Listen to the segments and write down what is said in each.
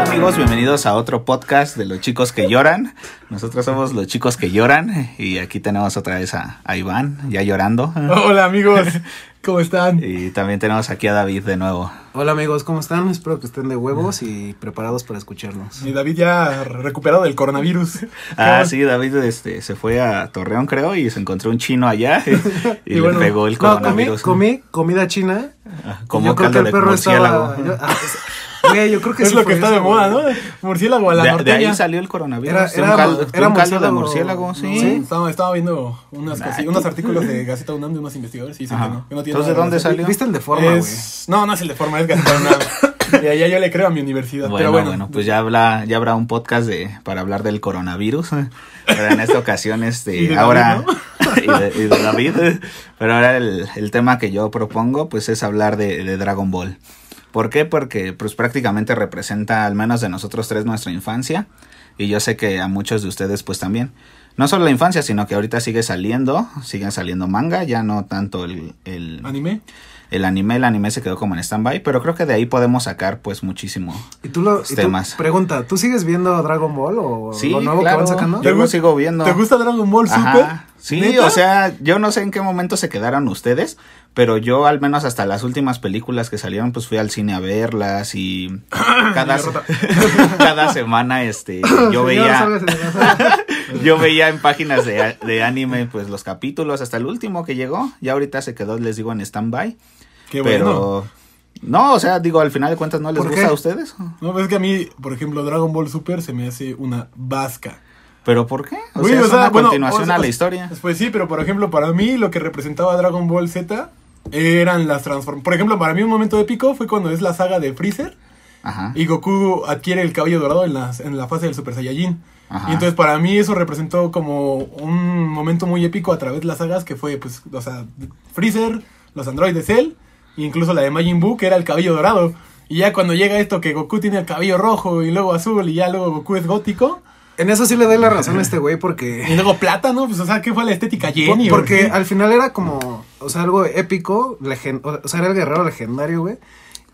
amigos? Bienvenidos a otro podcast de los chicos que lloran. Nosotros somos los chicos que lloran y aquí tenemos otra vez a, a Iván, ya llorando. Hola amigos, ¿cómo están? Y también tenemos aquí a David de nuevo. Hola amigos, ¿cómo están? Espero que estén de huevos y preparados para escucharnos. Y David ya recuperado del coronavirus. Ah, sí, David este, se fue a Torreón, creo, y se encontró un chino allá y, Y le bueno, pegó el No, comí, coronavirus. comí comida china. Ah, Como Como un caldo de murciélago. yo- ah, es- güey, yo creo que es sí lo fue que está eso, de moda, ¿no? güey. Murciélago a la de, de norteña. ahí salió el coronavirus. Era- de un era- caldo, de, era un caldo de murciélago, murciélago, sí. ¿no? Sí, estaba, estaba viendo unas cosi- Ay. unos artículos de Gaceta UNAM de unos investigadores y dicen Ajá. que no. que no tiene Entonces, ¿de nada dónde relación. salió? ¿Viste el de forma, güey? Es- No, no es el de forma, es Gaceta UNAM. De allá yo le creo a mi universidad. Bueno, pero bueno, bueno, pues ya habla, ya habrá un podcast de, para hablar del coronavirus. eh, Pero en esta ocasión, este, Y de David, ahora. ¿no? y, de, y de David. eh, Pero ahora el, el tema que yo propongo, pues es hablar de, de Dragon Ball. ¿Por qué? Porque pues prácticamente representa, al menos de nosotros tres, nuestra infancia. Y yo sé que a muchos de ustedes, pues también. No solo la infancia, sino que ahorita sigue saliendo, siguen saliendo manga, ya no tanto el, el, anime. el anime, el anime se quedó como en stand-by, pero creo que de ahí podemos sacar pues muchísimo, Y tú lo. y tú- Temas. pregunta, ¿tú sigues viendo Dragon Ball o Sí, lo nuevo claro. que van sacando? Yo ¿Te lo gu- sigo viendo. ¿Te gusta Dragon Ball Super? Ajá. Sí, ¿Neta? o sea, yo no sé en qué momento se quedaron ustedes, pero yo al menos hasta las últimas películas que salieron, pues fui al cine a verlas y cada, se- cada semana este yo Señor, veía sálgase de la sala. yo veía en páginas de, de anime pues los capítulos hasta el último que llegó, ya ahorita se quedó, les digo, en stand-by, Qué pero bueno. no, o sea, digo, al final de cuentas no les ¿Por gusta qué? a ustedes. No, pues es que a mí, por ejemplo, Dragon Ball Super se me hace una vasca. ¿Pero por qué? O Güey, sea, o es sea, una bueno, continuación o sea, a la pues- historia. Pues sí, pero por ejemplo, para mí lo que representaba Dragon Ball Z eran las transformaciones. Por ejemplo, para mí un momento épico fue cuando es la saga de Freezer Ajá. y Goku adquiere el cabello dorado en, las- en la fase del Super Saiyajin. Ajá. Y entonces para mí eso representó como un momento muy épico a través de las sagas que fue, pues, o sea, Freezer, los androides Cell, e incluso la de Majin Buu, que era el cabello dorado. Y ya cuando llega esto que Goku tiene el cabello rojo y luego azul y ya luego Goku es gótico. En eso sí le doy la razón a este güey Y porque. luego plátano, pues, o sea, ¿qué fue la estética por- Jenny? porque güey? al final era como. O sea, algo épico. legen- o sea, era el guerrero legendario, güey.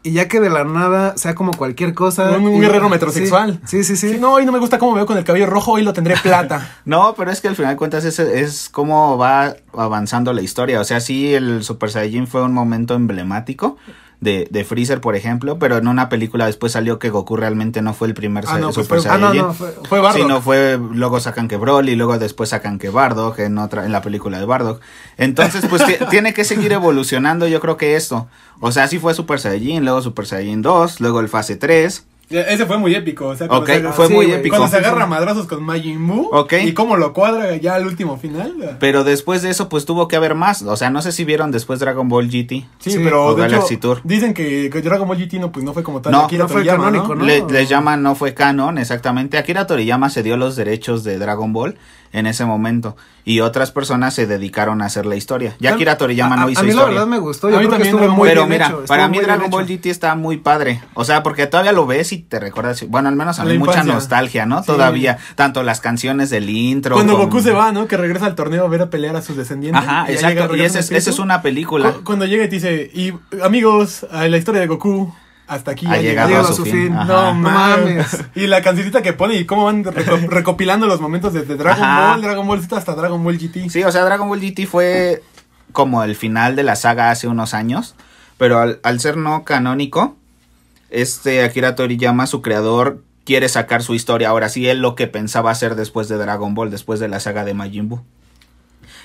Y ya que de la nada sea como cualquier cosa. un, un y- guerrero metrosexual. Sí, sí, sí. sí. No, hoy no me gusta cómo me veo con el cabello rojo, hoy lo tendré plata. No, pero es que al final de cuentas es, es cómo va avanzando la historia. O sea, sí, el Super Saiyajin fue un momento emblemático de, de Freezer, por ejemplo, pero en una película después salió que Goku realmente no fue el primer Ah, Sai- no, pues Super fue- Ah, no, Saiyajin. no, fue- Fue Bardock. Sí, no fue, luego sacan que Broly, luego después sacan que Bardock en otra, en la película de Bardock. Entonces, pues ti- tiene que seguir evolucionando, yo creo que esto. O sea, sí fue Super Saiyajin, luego Super Saiyajin 2, luego el fase 3. Ese fue muy épico. O sea, cuando Ok, se agarra- fue sí, muy güey. épico. Cuando se agarra a madrazos con Majin Buu Ok. y cómo lo cuadra ya al último final. Pero después de eso, pues tuvo que haber más. O sea, no sé si vieron después Dragon Ball GT. Sí, Sí, pero o de hecho, Galaxy Tour. dicen que que Dragon Ball GT no, pues, no fue como tal. No, Akira no fue Toriyama, canónico, Pues ¿no? Le, les llaman, no fue canon, exactamente. Akira Toriyama se dio los derechos de Dragon Ball en ese momento. Y otras personas se dedicaron a hacer la historia. Ya Akira Toriyama A- no a- hizo A mí la historia. verdad me gustó. A Yo mí creo que también estuvo era muy Pero bien mira, para hecho, estuvo mí muy bien Dragon Ball hecho. GT está muy padre. O sea, porque todavía lo ves y te recuerdas. Bueno, al menos a La mí mucha infancia. nostalgia, ¿no? Sí. Todavía. Tanto las canciones del intro. Cuando con- Goku se va, ¿no? Que regresa al torneo a ver a pelear a sus descendientes. Ajá, ya llega exacto. Y regresando esa es, espíritu. esa es una película. Cu- Cuando llega y te dice, y amigos, a la historia de Goku hasta aquí Ha llegado llegado a su, fin. Ajá. No No, mames. mames. y la cancioncita que pone y cómo van reco- recopilando los momentos desde Dragon Ajá. Ball, Dragon Ball Z hasta Dragon Ball GT. Sí, o sea, Dragon Ball GT fue como el final de la saga hace unos años, pero al, al ser no canónico, este Akira Toriyama, su creador, quiere sacar su historia. Ahora sí, él lo que pensaba hacer después de Dragon Ball, después de la saga de Majin Buu.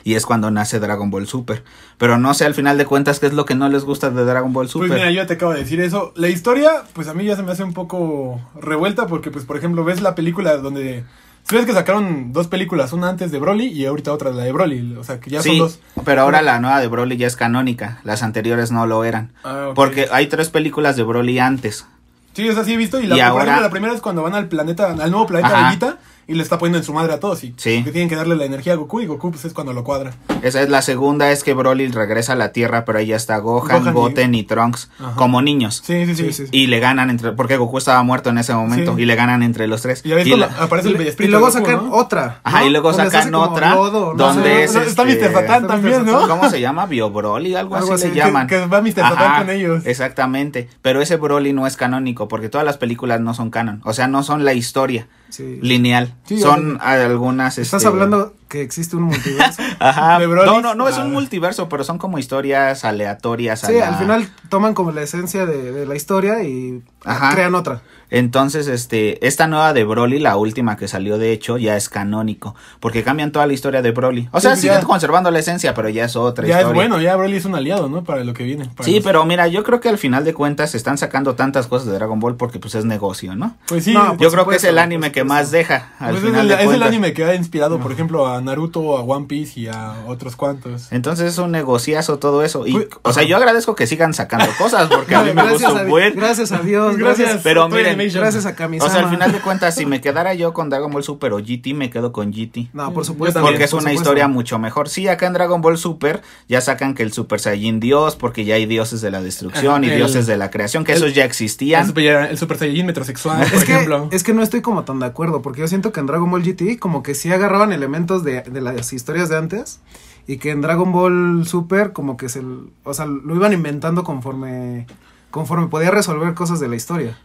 Y es cuando nace Dragon Ball Super. Pero no sé al final de cuentas qué es lo que no les gusta de Dragon Ball Super. Pues mira, yo te acabo de decir eso. La historia, pues a mí ya se me hace un poco revuelta porque, pues, por ejemplo, ves la película donde... si ves que sacaron dos películas, una antes de Broly y ahorita otra la de Broly. O sea, que ya sí, son dos. pero ahora la nueva de Broly ya es canónica. Las anteriores no lo eran. Ah, ok. Porque hay tres películas de Broly antes. Sí, o sea, sí he visto. Y, la, Y por ahora- ejemplo, la primera es cuando van al planeta, al nuevo planeta Ajá. Vegeta. y le está poniendo en su madre a todos. Y Sí. que tienen que darle la energía a Goku y Goku pues es cuando lo cuadra. Esa es la segunda, es que Broly regresa a la Tierra, pero ahí ya está Gohan, Gohan y- Goten y Trunks Ajá. como niños. Sí, sí, sí. Sí, sí. Y le ganan entre, porque Goku estaba muerto en ese momento, Sí. y le ganan entre los tres. Y ya ves Y cuando la- aparece el y Bellespíritu. luego de Goku, sacan ¿no? otra. Ajá, ¿no? y luego Donde se hace sacan como otra lodo, no donde sé, es no sé. Está este- Mr. Satán está Mr. también, ¿no? Satán. ¿Cómo se llama? Bio Broly, algo, Algo así, así, le que- llaman. que va Mr. Satán con ellos. Exactamente, pero ese Broly no es canónico porque todas las películas no son canon, o sea, no son la historia Sí. lineal, Sí, son algunas Estás este, hablando que existe un multiverso. Ajá. de Broly. No, no, no es Ah. un multiverso, pero son como historias aleatorias. a Sí, la- al final toman como la esencia de, de la historia y Ajá. crean otra. Entonces, este, esta nueva de Broly, la última que salió, de hecho, ya es canónico. Porque cambian toda la historia de Broly. O sea, Sí, pues siguen ya. conservando la esencia, pero ya es otra Ya es historia. bueno, ya Broly es un aliado, ¿no? Para lo que viene. para Sí, los- pero mira, yo creo que al final de cuentas están sacando tantas cosas de Dragon Ball porque pues es negocio, ¿no? Pues sí, No, yo pues Por creo que es supuesto, el anime por que supuesto. más deja. Al es, final el, de es el cuentas. anime que ha inspirado, por ejemplo, a Naruto, a One Piece y a otros cuantos. Entonces es un negociazo todo eso. Y, Uy, o sea, yo agradezco que sigan sacando cosas porque a mí me gusta a, un Di- buen. gracias a Dios, Gracias. gracias. Pero Toy miren, Animation. gracias a Kamisama. O sea, al final de cuentas, si me quedara yo con Dragon Ball Super o GT, me quedo con GT. No, por supuesto. también, porque es por una supuesto. historia mucho mejor. Sí, acá en Dragon Ball Super ya sacan que el Super Saiyajin Dios, porque ya hay dioses de la destrucción Ajá, y el- dioses de la creación, que el- esos ya El existían. super, el Super Saiyajin metrosexual, por Es que, ejemplo. es que no estoy como tan de acuerdo, porque yo siento que en Dragon Ball GT como que sí agarraban elementos de, de las historias de antes y que en Dragon Ball Super como que se, l- o sea, lo iban inventando conforme conforme podía resolver cosas de la historia.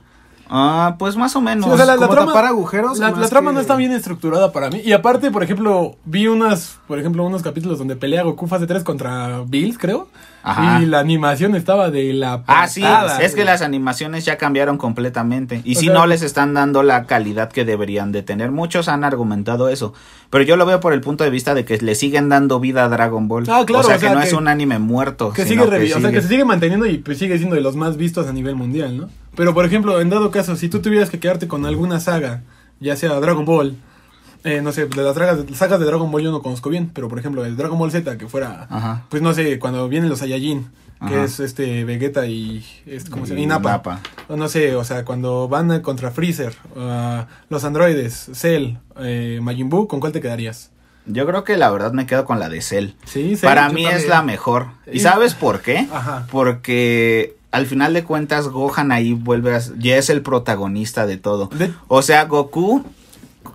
Ah, pues más o menos. Sí, o sea, la, como la trama, tapar agujeros, la, más la trama que- no está bien estructurada para mí. Y aparte, por ejemplo, vi unas, por ejemplo, unos capítulos donde pelea Goku fase 3 contra Bills, creo. Ajá. Y la animación estaba de la Ah, sí, patada. es que las animaciones ya cambiaron completamente. Y O si sea- no les están dando la calidad que deberían de tener. Muchos han argumentado eso. Pero yo lo veo por el punto de vista de que le siguen dando vida a Dragon Ball. Ah, claro, o sea, o que sea, no que- es un anime muerto. Que sigue, sino revi- o sea, sigue- que se sigue manteniendo y pues sigue siendo de los más vistos a nivel mundial, ¿no? Pero por ejemplo, en dado caso, si tú tuvieras que quedarte con alguna saga, ya sea Dragon Ball, eh, no sé, de las sagas, sagas de Dragon Ball yo no conozco bien, pero por ejemplo, el Dragon Ball Z, que fuera, Ajá. pues no sé, cuando vienen los Saiyajin, que Ajá. es este Vegeta y, este, ¿cómo se llama? Y Y Nappa. Nappa. O No sé, o sea, cuando van a- contra Freezer, ah, los androides, Cell, eh, Majin Buu, ¿con cuál te quedarías? Yo creo que la verdad me quedo con la de Cell. Sí, Cell, Para yo mí es también. la mejor. ¿Y Y- sabes por qué? Ajá. Porque al final de cuentas Gohan ahí vuelve a... Ya es el protagonista de todo. De- O sea, Goku...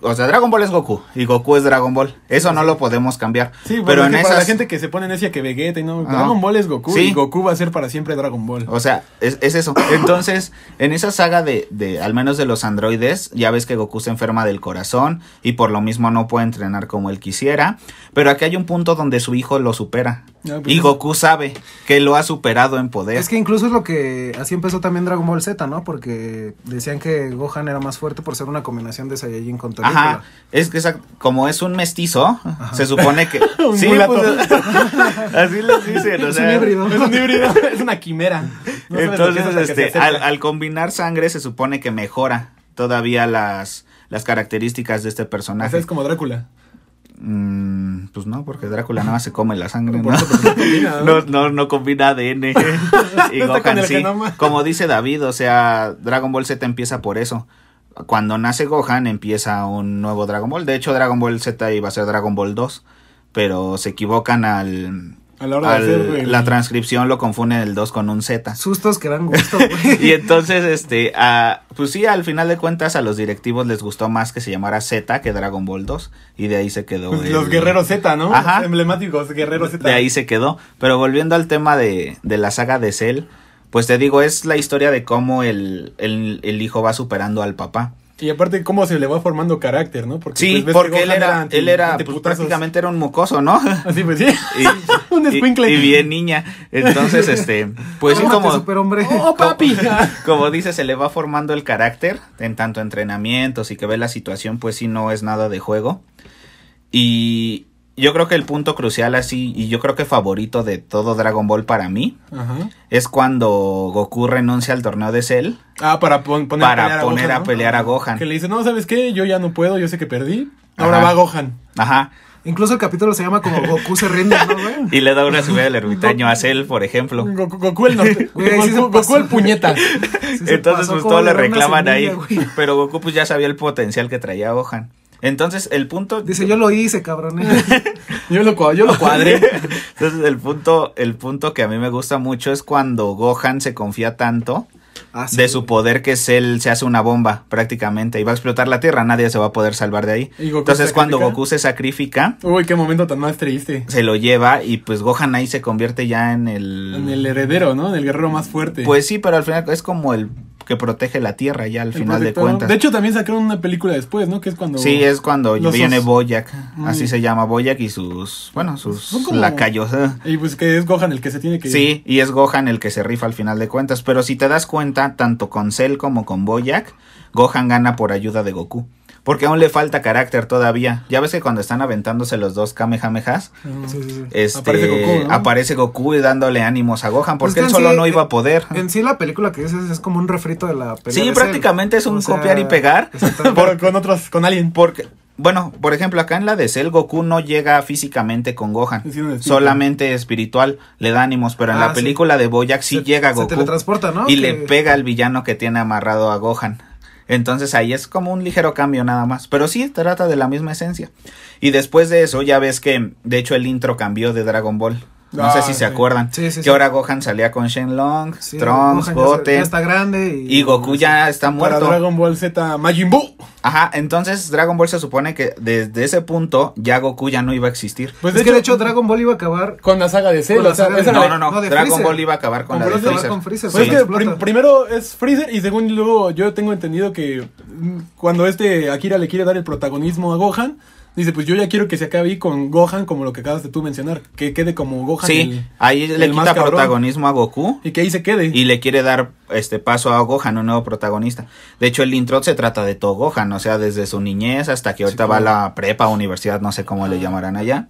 O sea, Dragon Ball es Goku y Goku es Dragon Ball. Eso no lo podemos cambiar. Sí, pero en para la esas... gente que se pone necia que Vegeta y no, Ajá. Dragon Ball es Goku Sí. y Goku va a ser para siempre Dragon Ball. O sea, es, es eso. Entonces, en esa saga de, de, al menos de los androides, ya ves que Goku se enferma del corazón y por lo mismo no puede entrenar como él quisiera. Pero aquí hay un punto donde su hijo lo supera. Ah, pues y es- Goku sabe que lo ha superado en poder. Es que incluso es lo que así empezó también Dragon Ball Z, ¿no? Porque decían que Gohan era más fuerte por ser una combinación de Saiyajin con Toriyama. Ajá, es que esa- como es un mestizo, se supone que... Un sí, mulato. pues, así les dicen, o Es sea, un híbrido. Es un híbrido, es una quimera. No sabes lo que es Entonces, hasta que se este, acerca. al, al combinar sangre se supone que mejora todavía las, las características de este O sea, personaje. es como Drácula. Mm, pues no, porque Drácula nada más se come la sangre, ¿no? Por eso, pues, no combina, No, ¿no? no, no combina ADN. y No está Gohan con el sí. genoma. Como dice David, o sea, Dragon Ball Z empieza por eso. Cuando nace Gohan empieza un nuevo Dragon Ball. De hecho, Dragon Ball Z iba a ser Dragon Ball 2, pero se equivocan al... A la hora de al- hacer el- La transcripción lo confunden el 2 con un Z. Sustos que dan gusto, güey. Y entonces, este, a, pues sí, al final de cuentas a los directivos les gustó más que se llamara Z que Dragon Ball 2 y de ahí se quedó. Pues el- los guerreros Z, ¿no? Ajá. Los emblemáticos guerreros Z. de ahí se quedó. Pero volviendo al tema de, de la saga de Cell, pues te digo, es la historia de cómo el, el, el hijo va superando al papá. Y aparte, cómo se le va formando carácter, ¿no? Porque, Sí, pues, ves que porque él Gohan era, anti- él era pues, antiputazos. prácticamente era un mocoso, ¿no? Así pues sí. Y, un y- escuincle. y bien niña. Entonces, este, pues sí, Cálmate, como, superhombre. ¡Oh, papi! como dice, se le va formando el carácter en tanto entrenamientos y que ve la situación, pues sí, no es nada de juego. Y yo creo que el punto crucial así, y yo creo que favorito de todo Dragon Ball para mí, Ajá. es cuando Goku renuncia al torneo de Cell. Ah, para pon- poner, Para poner a ¿no? pelear a Gohan. Que le dice, no, ¿sabes qué? Yo ya no puedo, yo sé que perdí. Ahora Ajá. va Gohan. Ajá. Incluso el capítulo se llama como Goku se rinde, ¿no, güey? Y le da una subida al ermitaño a Cell, por ejemplo. Goku, Goku el norte. Güey, ahí sí se Goku, pasó. Goku el puñeta. Sí se Entonces, pasó pues como todos de le dar una reclaman ahí. semilla, güey. Pero Goku, pues ya sabía el potencial que traía Gohan. Entonces, el punto. Dice, yo lo hice, cabrón. Yo lo, cua- yo lo cuadré. Entonces, el punto, el punto que a mí me gusta mucho es cuando Gohan se confía tanto Ah, sí. de su poder que es él se hace una bomba prácticamente y va a explotar la Tierra, nadie se va a poder salvar de ahí. ¿Y Goku Entonces, se cuando sacrifica? Goku se sacrifica, Uy, qué momento tan más triste. se lo lleva y pues Gohan ahí se convierte ya en el... En el heredero, ¿no? En el guerrero más fuerte. Pues sí, pero al final es como el que protege la Tierra ya al El final de protector. cuentas. De hecho, también sacaron una película después, ¿no? Que es cuando. Sí, es cuando Los viene os- Boyac, Mm. así se llama Boyac y sus, bueno, sus Son como- lacayos. eh. Y pues que es Gohan el que se tiene que. Sí, y es Gohan el que se rifa al final de cuentas, pero si te das cuenta, tanto con Cell como con Boyac, Gohan gana por ayuda de Goku. Porque aún le falta carácter todavía. Ya ves que cuando están aventándose los dos Kamehamehas, Ah, Sí, sí, sí. este, Aparece aparece, Goku, Goku, ¿no? y dándole ánimos a Gohan, Pues porque que en él solo sí, no iba a poder. En sí, la película que dices es como un refrito de la película. Sí, prácticamente es un copiar y pegar. Pero con otros, con alguien. Porque, bueno, por ejemplo, acá en la de Cell, Goku no llega físicamente con Gohan. Sí, sí, no despierta. solamente espiritual le da ánimos, pero en Ah, la sí. película de Boyac sí llega Se Goku. teletransporta, ¿no? y Que- le pega al villano que tiene amarrado a Gohan. Entonces ahí es como un ligero cambio nada más. Pero sí trata de la misma esencia. Y después de eso, ya ves que de hecho el intro cambió de Dragon Ball. No Ah, sé si sí. se acuerdan. Sí, sí, que sí. ahora Gohan salía con Shenlong, Sí, Trunks, Gohan ya se- ya Goten. está grande y, Y Goku ya está Para muerto. Dragon Ball Z Majin Buu. Ajá, entonces Dragon Ball se supone que desde ese punto ya Goku ya no iba a existir. Pues es que de hecho Dragon Ball iba a acabar Con la saga de Cell. Con la o sea, saga de- esa no, la- no, no, no, de Dragon Freezer. Ball iba a acabar con, Con la de Freezer, Freezer. con Freezer, Pues Sí. es que explota. prim- primero es Freezer y según luego yo tengo entendido que mm, cuando este Akira le quiere dar el protagonismo a Gohan, dice pues yo ya quiero que se acabe ahí con Gohan como lo que acabas de tú mencionar, que quede como Gohan Sí, el- ahí le el más quita cabrón. protagonismo a Goku y que ahí se quede. y le quiere dar este paso a Gohan, un nuevo protagonista. De hecho, el intro se trata de todo Gohan, o sea, desde su niñez hasta que ahorita va a la prepa, universidad, no sé cómo le llamarán allá.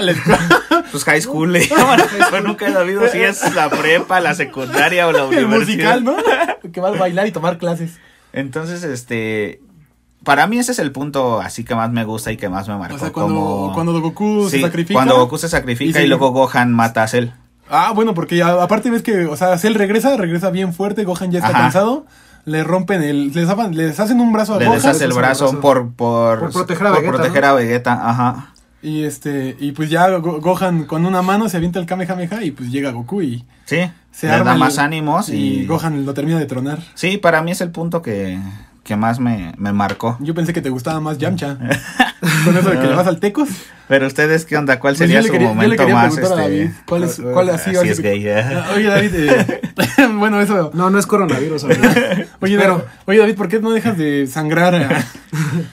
La escuela- Pues high school le llaman, pero nunca he sabido si es la prepa, la secundaria o la el universidad. musical, ¿no? que va a bailar y tomar clases. Entonces, este. Para mí ese es el punto así que más me gusta y que más me marcó. O sea, cuando, como- cuando Goku Sí, se sacrifica. Cuando Goku se sacrifica y, y se- luego Gohan mata a Cell. Ah, bueno, porque ya- aparte ves que, o sea, Cell regresa, regresa bien fuerte, Gohan ya está Ajá. cansado, le rompen el, les, zafan- les hacen un brazo a Le Gohan. deshace el brazo por, por, Por proteger a por Vegeta, proteger ¿no? a Vegeta, ajá. Y este, y pues ya Go- Gohan con una mano se avienta el Kamehameha y pues llega Goku y Sí, se le arma da el- más ánimos y... y Gohan lo termina de tronar. Sí, para mí es el punto que, que más me, me marcó. Yo pensé que te gustaba más Yamcha. con eso de que le vas al Tecos. Pero ustedes, ¿qué onda? ¿Cuál Pues yo sería le su quería- yo le momento quería más? preguntar a este, David, ¿cuál es- cuál ha sido Así así es que- gay, eh? Ah, Oye David, eh, bueno eso. No, no es coronavirus, amigo. Oye, Espero. David- oye David, ¿por qué no dejas de sangrar? a-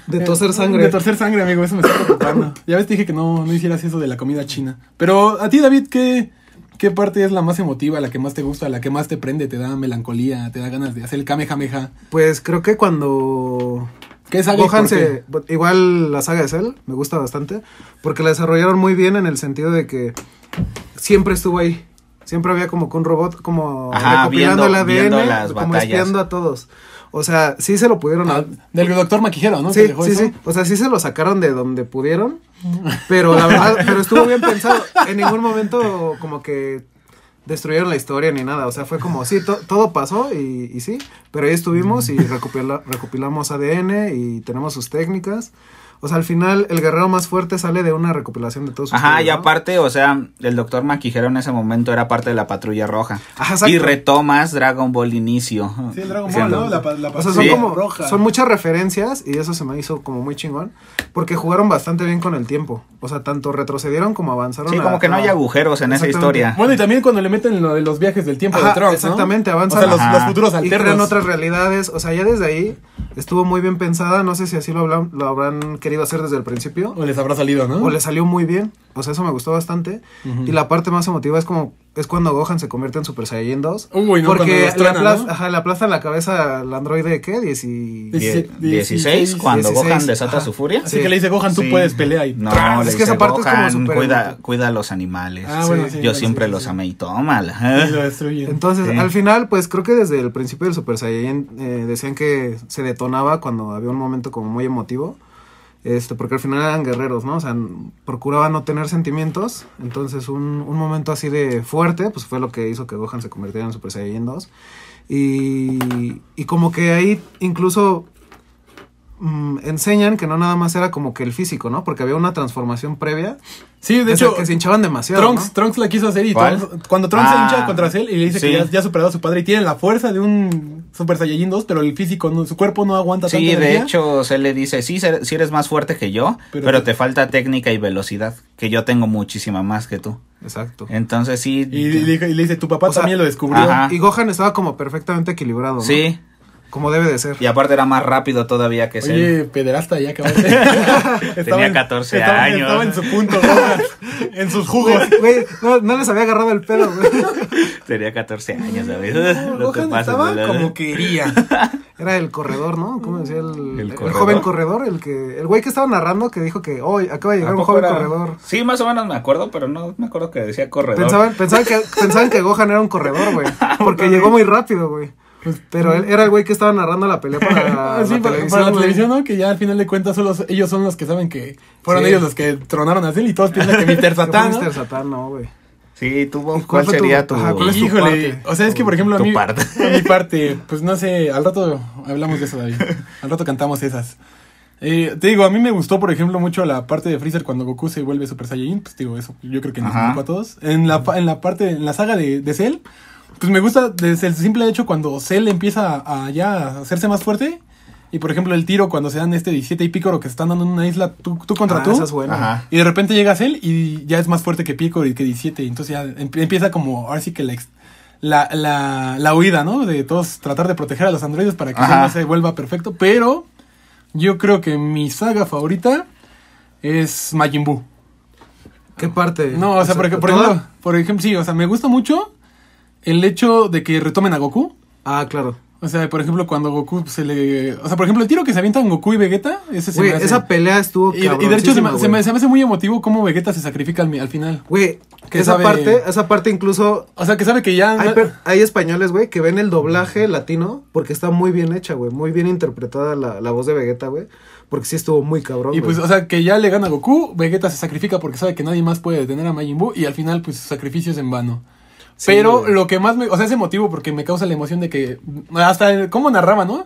De toser sangre. De torcer sangre, amigo, eso me está preocupando. ya ves, te dije que no, no hicieras eso de la comida china. Pero a ti, David, ¿qué, ¿qué parte es la más emotiva, la que más te gusta, la que más te prende, te da melancolía, te da ganas de hacer el kamehameha? Pues creo que cuando ¿Qué saga y Gohan por qué? se. Igual la saga de Cell me gusta bastante. Porque la desarrollaron muy bien en el sentido de que siempre estuvo ahí. Siempre había como que un robot como Ajá, recopilando viendo- el viendo ADN, las como batallas. espiando a todos. O sea, sí se lo pudieron. Ah, Del doctor Maquijero, ¿no? ¿Te Sí, dejó sí, eso? sí. O sea, sí se lo sacaron de donde pudieron. Pero la verdad, pero estuvo bien pensado. En ningún momento como que destruyeron la historia ni nada. O sea, fue como, sí, to- todo pasó y, y sí. Pero ahí estuvimos Mm. y recopila- recopilamos ADN y tenemos sus técnicas. O sea, al final el guerrero más fuerte sale de una recopilación de todos sus Ajá, y poderes, ¿no? aparte, o sea, el doctor Maquijero en ese momento era parte de la Patrulla Roja. Ajá, exacto. Y retomas Dragon Ball Inicio. Sí, el Dragon Sí, Ball, ¿no? ¿no? La, pa- la O sea, son Sí. como, roja. son muchas referencias y eso se me hizo como muy chingón. Porque jugaron bastante bien con el tiempo. O sea, tanto retrocedieron como avanzaron. Sí, a- como que no a- hay agujeros en esa Exactamente. historia. Bueno, y también cuando le meten lo de los viajes del tiempo de Ajá, Trunks, ¿no? exactamente, avanza. O sea, los, Ajá. los futuros y crean alternos. otras realidades. O sea, ya desde ahí estuvo muy bien pensada. No sé si así lo, hablan- lo habrán querido hacer desde el principio. O les habrá salido, ¿no? O le salió muy bien. O sea, eso me gustó bastante. Ujú. Y la parte más emotiva es como es cuando Gohan se convierte en Super Saiyajin 2. Uy, no, cuando porque los truena, le, aplas- ¿no? ajá, le aplastan la cabeza al androide, ¿qué? Dieci- Dieci- Die- 16, 16, cuando 16, Gohan desata ajá. su furia. Así Sí. que le dice Gohan, tú Sí. puedes pelear y No, ¡tras! le es que esa dice, parte es como "Gohan, súper cuida, emotiva". cuida a los animales. Ah, bueno, sí, Yo sí, siempre sí, los sí. amé y tómala. Y lo destruyen. Entonces, Sí. al final, pues creo que desde el principio del Super Saiyan eh, decían que se detonaba cuando había un momento como muy emotivo. Este, porque al final eran guerreros, ¿no? O sea, n- procuraban no tener sentimientos. Entonces, un, un momento así de fuerte, pues fue lo que hizo que Gohan se convirtiera en Super Saiyan 2. Y, y como que ahí incluso mm, enseñan que no nada más era como que el físico, ¿no? Porque había una transformación previa. Sí, de o sea, hecho, que se hinchaban demasiado. Trunks, ¿no? Trunks la quiso hacer y ¿Cuál? Trunks- cuando Trunks Ah, se hincha contra Cell y le dice sí. que ya, ya ha superado a su padre y tiene la fuerza de un Super Saiyajin 2, pero el físico, no- su cuerpo no aguanta tanta Sí, de energía. hecho, se le dice, sí, se- sí eres más fuerte que yo, Pero- pero, te falta técnica y velocidad, que yo tengo muchísima más que tú. Exacto. Entonces sí, Y, le dijo- y le dice, tu papá O sea, también lo descubrió. ajá. Y Gohan estaba como perfectamente equilibrado, ¿no? Ah. sí, Como debe de ser. y aparte era más rápido todavía que Cell. Oye, pederasta, ya acabaste. Estaba en- 14 estaba- años. Estaba en su punto, Gohan, en sus jugos. Güey, no, no les había agarrado el pelo, güey. Tenía 14 años, ¿sabes? No te Gohan pases, estaba ¿verdad? como quería. Era el corredor, ¿no? ¿Cómo decía el, ¿El el corredor? joven corredor? El que el güey que estaba narrando que dijo que hoy acaba de llegar un Tampoco joven era- corredor. Sí, más o menos me acuerdo, pero no me acuerdo que decía corredor. Pensaban, pensaban, que, pensaban que Gohan era un corredor, güey. Porque llegó muy rápido, güey. Pues, Pero él era el güey que estaba narrando la pelea para la, Ah, sí, para, televisión. para la güey. televisión, ¿no? Que ya al final de cuentas solo so- ellos son los que saben que fueron Sí. ellos los que tronaron a Cell y todos piensan que Mr. Que fue Satán. ¿no? Mr. Satán, no, güey. Sí, tuvo. ¿Y ¿Cuál, cuál fue tu- sería tu.? ajá, cuál es tu- Híjole, parte? o sea, es que por ejemplo a Tu mí, parte. a mi parte, pues no sé, al rato hablamos de eso, David. Al rato cantamos esas. Eh, te digo, a mí me gustó, por ejemplo, mucho la parte de Freezer cuando Goku se vuelve Super Saiyajin. Pues digo, eso yo creo que nos Ajá. marcó a todos. En la, pa- en la parte, en la saga de, de Cell, pues me gusta desde el simple hecho cuando Cell empieza a, a ya a hacerse más fuerte. Y por ejemplo, el tiro cuando se dan este 17 y Picoro que se están dando en una isla tú, tú contra Ah, tú. esa es buena. Ajá. Y de repente llega Cell y ya es más fuerte que Pico y que 17. y Entonces ya em- empieza como, ahora sí que la, ex- la, la, la huida, ¿no? De todos tratar de proteger a los androides para que Ajá. Cell no se vuelva perfecto. Pero yo creo que mi saga favorita es Majin Buu. ¿Qué parte? No, o sea, por, ej- por ¿toda? ejemplo, por ejemplo, sí, o sea, me gusta mucho el hecho de que retomen a Goku. Ah, claro. O sea, por ejemplo, cuando Goku se le... O sea, por ejemplo, el tiro que se avientan Goku y Vegeta, ese se Güey, me hace- esa pelea estuvo y, y de hecho se me, cabroncísima, se me- güey. se me hace muy emotivo cómo Vegeta se sacrifica al, mi- al final. Güey, que esa sabe- parte, esa parte incluso O sea, que sabe que ya... Hay, per- hay españoles, güey, que ven el doblaje latino porque está muy bien hecha, güey. Muy bien interpretada la, la voz de Vegeta, güey. Porque sí estuvo muy cabrón. y pues, güey. o sea, que ya le gana a Goku, Vegeta se sacrifica porque sabe que nadie más puede detener a Majin Buu y al final, pues, su sacrificio es en vano. Sí, Pero güey. lo que más me... O sea, ese motivo porque me causa la emoción de que... Hasta el- cómo narraba, ¿no?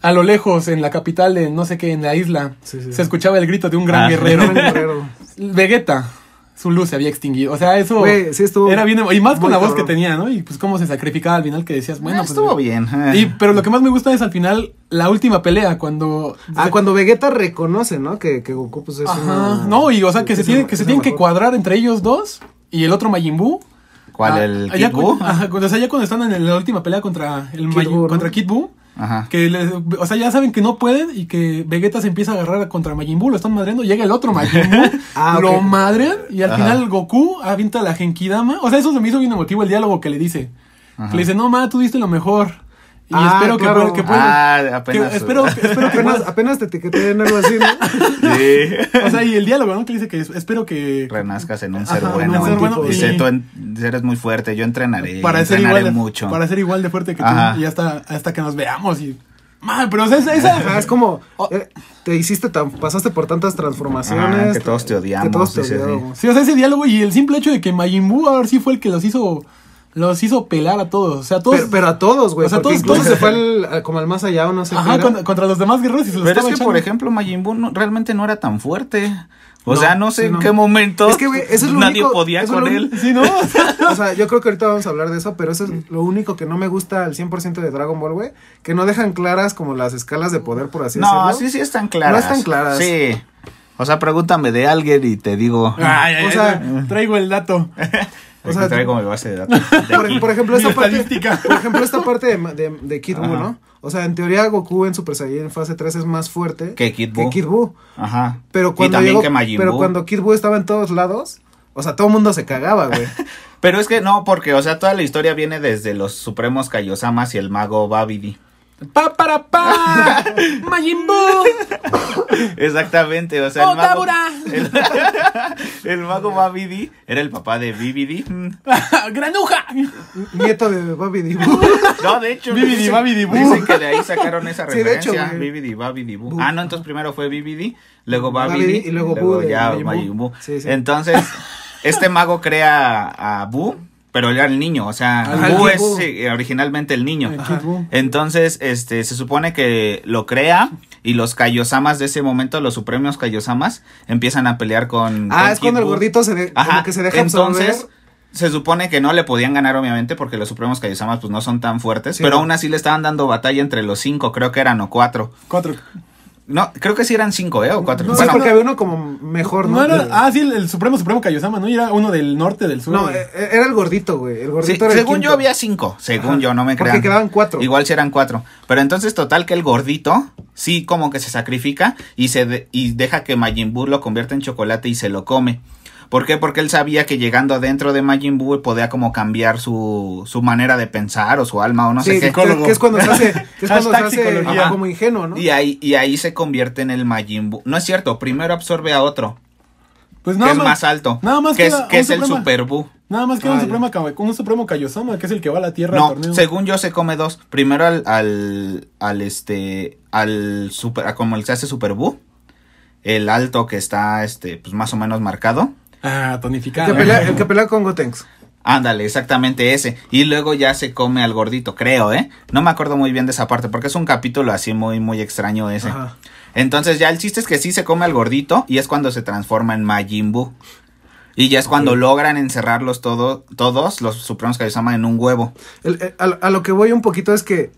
A lo lejos, en la capital de no sé qué, en la isla, Sí, sí. se escuchaba el grito de un gran Ah. guerrero. Gran guerrero. Vegeta, su luz se había extinguido. O sea, eso Güey, sí estuvo era bien... emo- Y más con muy la voz que cabrón. tenía, ¿no? Y pues cómo se sacrificaba al final que decías, bueno, Bueno, pues, Ah, estuvo bien. eh. Y, pero lo que más me gusta es al final la última pelea, cuando... Ah, cuando Vegeta reconoce, ¿no? Que, que Goku, pues es Ajá. una- No, y o sea, que es se, tiene, una- que, se es tienen una que mejor. cuadrar entre ellos dos y el otro Majin Buu. ¿Cuál? Ah, ¿El ya Kid cu- Buu? Ajá, cuando- o sea, ya cuando están en la última pelea contra, el Kid Majin- Buu, ¿no? contra Kid Buu. Ajá. Que les- o sea, ya saben que no pueden y que Vegeta se empieza a agarrar contra Majin Buu, lo están madreando, llega el otro Majin Buu, Ah, lo ok. madrean y al Ajá. final Goku avienta la Genkidama. O sea, eso se me hizo bien emotivo el diálogo que le dice. Ajá. Que le dice, no, ma, tú diste lo mejor. Y Ah, espero que claro. pueda- que pueda. Ah, que- apenas. espero, espero que Apenas, pueda- apenas te etiqueté en algo así, ¿no? Sí. O sea, y el diálogo, ¿no? Que le dice que es- espero que. Renazcas en un Ajá, ser en un bueno. ser bueno, Dice, y- tú en- eres muy fuerte, yo entrenaré. para ser entrenaré igual de, mucho. Para ser igual de fuerte que Ajá. tú. Y hasta, hasta que nos veamos. Y. Ma, pero o sea, esa. esa- Ajá, es como, Oh. eh, te hiciste tan, pasaste por tantas transformaciones. Ajá, Ah, que todos te odiamos, Que todos te dice, sí. odiamos. Sí, o sea, ese diálogo y el simple hecho de que Majin Buu ahora sí fue el que los hizo. Los hizo pelar a todos. O sea, todos. Pero, pero a todos, güey. O sea, porque todos- incluso todos- se fue al- como al más allá o no sé qué ajá, era. contra, contra los demás guerreros y se los Pero es estaba que, ejemplo por ejemplo, Majin Buu no- realmente no era tan fuerte. O No, sea, no sé sí, en no. qué momento Es que, güey, eso es lo nadie único- podía eso es con lo él. Sí, ¿no? O sea, O sea, yo creo que ahorita vamos a hablar de eso, pero eso es lo único que no me gusta al 100% de Dragon Ball, güey. Que no dejan claras como las escalas de poder, por así no, sí, decirlo. sí están claras. No están claras. Sí. O sea, pregúntame de alguien y te digo. Ay, ay, O ay, sea, traigo el dato. o Ah, sea, traigo mi base de datos. de aquí. Por, por ejemplo, Mi esta parte, estadística. por ejemplo, esta parte de, ma- de, de Kid Buu, Ajá. ¿no? O sea, en teoría Goku en Super Saiyan fase 3 es más fuerte Que Kid Buu. Buu. Ajá. Pero y cuando, también llegó- que Majin pero Buu. cuando Kid Buu estaba en todos lados, o sea, todo el mundo se cagaba, güey. Pero es que no, porque, o sea, toda la historia viene desde los supremos Kaiosamas y el mago Babidi. ¡Pa, para, pa! ¡Majin Buu! Exactamente, o sea, ¡Oh, el mago, Tábora! el, el mago Babidi era el papá de Bibidi. Mm. ¡Granuja! Nieto de Bobby D. Buu. No, de hecho, Bibidi dicen- Babidi Boo. dicen que de ahí sacaron esa Sí, de hecho, referencia. güey. Bibidi Babidi Boo. Boo. Ah, no, entonces primero fue Bibidi, luego Babidi, Babidi y luego Boo de ya Majin Buu. Majin Buu. Sí, sí. Entonces, este mago crea a Boo, pero era el niño, o sea, Ajá, Boo el es Boo. eh, originalmente el niño. El Ajá. Kid Buu. Entonces, este, se supone que lo crea y los Kaiosamas de ese momento, los supremos Kaiosamas, empiezan a pelear con. Ah, con es cuando Kid el Buu. gordito se, de- Ajá. como que se deja Entonces, absorber. se supone que no le podían ganar, obviamente, porque los supremos Kaiosamas pues no son tan fuertes, Sí, pero no. aún así le estaban dando batalla entre los cinco, creo que eran o cuatro. Cuatro. No, creo que sí eran cinco, ¿eh? O cuatro. No, sí, bueno, porque había uno como mejor, ¿no? No era- ah, sí, el, el Supremo Supremo Kaiosama, ¿no? Y era uno del norte, del sur. No, eh, era el gordito, güey. El Sí, gordito era el según yo quinto. había cinco, según Ajá. yo, no me Porque crean. quedaban cuatro. Igual si eran cuatro. Pero entonces, total, que el gordito sí como que se sacrifica y, se de- y deja que Majin Buu lo convierta en chocolate y se lo come. ¿Por qué? Porque él sabía que llegando adentro de Majin Buu podía como cambiar su, su manera de pensar o su alma o no Sí, sé que, qué. psicólogo. que es cuando se hace, que es cuando se Hashtag hace psicología. como ingenuo, ¿no? Y ahí, y ahí se convierte en el Majin Buu. No es cierto, primero absorbe a otro, pues que es más alto, nada más que es, queda que un es el Suprema. Super Buu. Nada más que era un Ah, ya. Supremo, Ka- un Supremo Kaiosama, que es el que va a la tierra al No, torneo. según yo se come dos. Primero al, al, al este, al super, a como el que se hace Super Buu. El alto que está, este, pues más o menos marcado. Ah, El tonificado. que pelea, el que pelea con Gotenks. Ándale, exactamente ese. Y luego ya se come al gordito, creo, ¿eh? No me acuerdo muy bien de esa parte, porque es un capítulo así muy, muy extraño ese. Ajá. Entonces ya el chiste es que sí se come al gordito y es cuando se transforma en Majin Buu. Y ya es cuando logran encerrarlos todo, todos, los Supremos Kaiosama, en un huevo. El- eh, a, a lo que voy un poquito es que,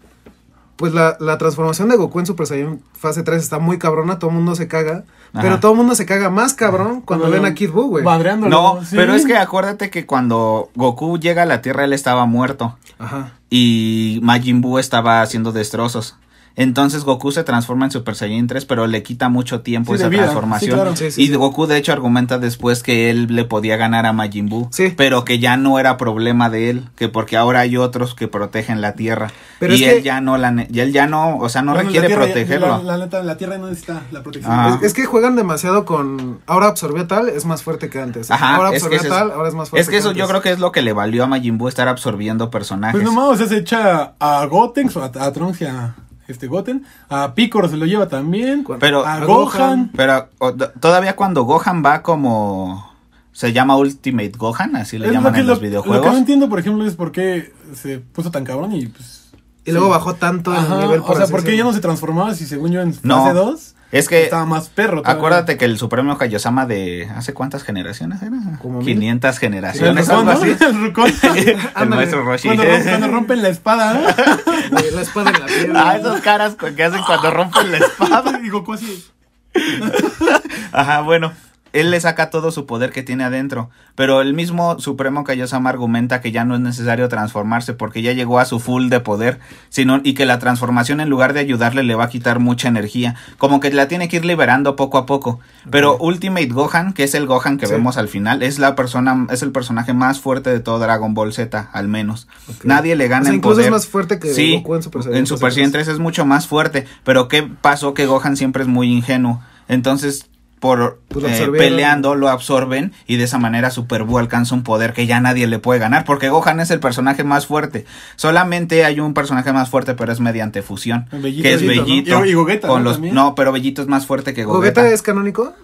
pues la, la transformación de Goku en Super Saiyan fase 3 está muy cabrona, todo el mundo se caga. Ajá. Pero todo el mundo se caga más cabrón cuando ven a Kid Buu, güey. Madreándolo. No, sí. pero es que acuérdate que cuando Goku llega a la Tierra él estaba muerto Ajá. y Majin Buu estaba haciendo destrozos. Entonces Goku se transforma en Super Saiyan 3, pero le quita mucho tiempo Sí, esa de vida. pues, transformación. Sí, claro. Sí, sí, y sí. Goku de hecho argumenta después que él le podía ganar a Majin Buu, Sí. pero que ya no era problema de él, que porque ahora hay otros que protegen la Tierra Pero y es él que- ya no la ne- y él ya no, o sea, no Bueno, la requiere tierra ya- protegerlo. La, la neta, la tierra no necesita la protección. Ah. Es, es que juegan demasiado con. Ahora absorbió a tal, es más fuerte que antes. Ajá, ahora es que absorbió a eso es- tal, ahora es más fuerte. es que eso yo creo que es lo que le valió a Majin Buu estar absorbiendo personajes. Pues nomás, o sea, se echa a Gotenks o a, a Trunks y a este Goten. A Picoro se lo lleva también. Pero- a a Gohan. Pero o- do- todavía cuando Gohan va como... Se llama Ultimate Gohan, así le Es llaman que en los lo- Lo que no videojuegos. entiendo, por ejemplo, es por qué se puso tan cabrón y pues. Y luego bajó tanto Ajá, el nivel. o sea, así ¿por qué decirlo. ya no se transformaba si según yo en No, fase 2 Es que estaba más perro? todavía? acuérdate que el Supremo Kaiosama de... ¿Hace cuántas generaciones era? Como mil. 500 El generaciones, Rucón, algo ¿no? así. El Rucón. el Ándale. maestro Roshi. Cuando, rom- cuando rompen la espada. Güey, La espada en la piedra. Ah, esas caras con- que hacen cuando rompen la espada. ¿no? y Goku así. Ajá, bueno. Él le saca todo su poder que tiene adentro. Pero el mismo Supremo Kaiosama argumenta que ya no es necesario transformarse porque ya llegó a su full de poder. Sino, y que la transformación en lugar de ayudarle le va a quitar mucha energía. Como que la tiene que ir liberando poco a poco. Pero Ultimate Gohan, que es el Gohan que Sí. vemos al final, es la persona, es el personaje más fuerte de todo Dragon Ball Z, al menos. Ok. Nadie le gana O sea, en incluso poder. es más fuerte que Sí, Goku en Super Saiyan. en Super Saiyan 3 es mucho más fuerte. Pero ¿qué pasó? Que Gohan siempre es muy ingenuo. Entonces, por Pues lo eh, absorbieron. peleando, lo absorben y de esa manera Super Buu alcanza un poder que ya nadie le puede ganar. Porque Gohan es el personaje más fuerte. Solamente hay un personaje más fuerte, pero es mediante fusión. Bellito, que es Bellito, ¿no? Bellito. Y- y Gogeta, con ¿no? los- También. no, pero Bellito es más fuerte que Gogeta. ¿Gogeta es canónico?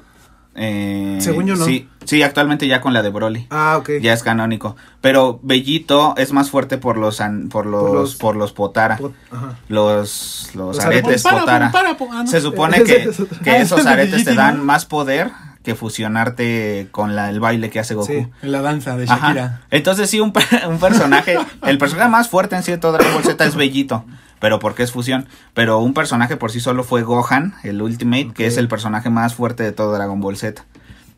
Eh, Según yo no. Sí, sí, actualmente ya con la de Broly. Ah, ok. Ya es canónico. Pero Bellito es más fuerte por los an- por los, por los, los- Potara. Pot- Ajá. los, los Los aretes aretes. Pompara, Potara. Pompara, po- ah, no. Se supone que, Ese es otro. que Ah, ese esos es de aretes te Digimon. dan más poder que fusionarte con la, el baile que hace Goku. Sí. En la danza de Ajá. Shakira. Entonces sí, un, per- un personaje, el personaje más fuerte en sí de todo Dragon Ball Z es Bellito, pero porque es fusión. Pero un personaje por sí solo fue Gohan, el Ultimate, que Ok. es el personaje más fuerte de todo Dragon Ball Z.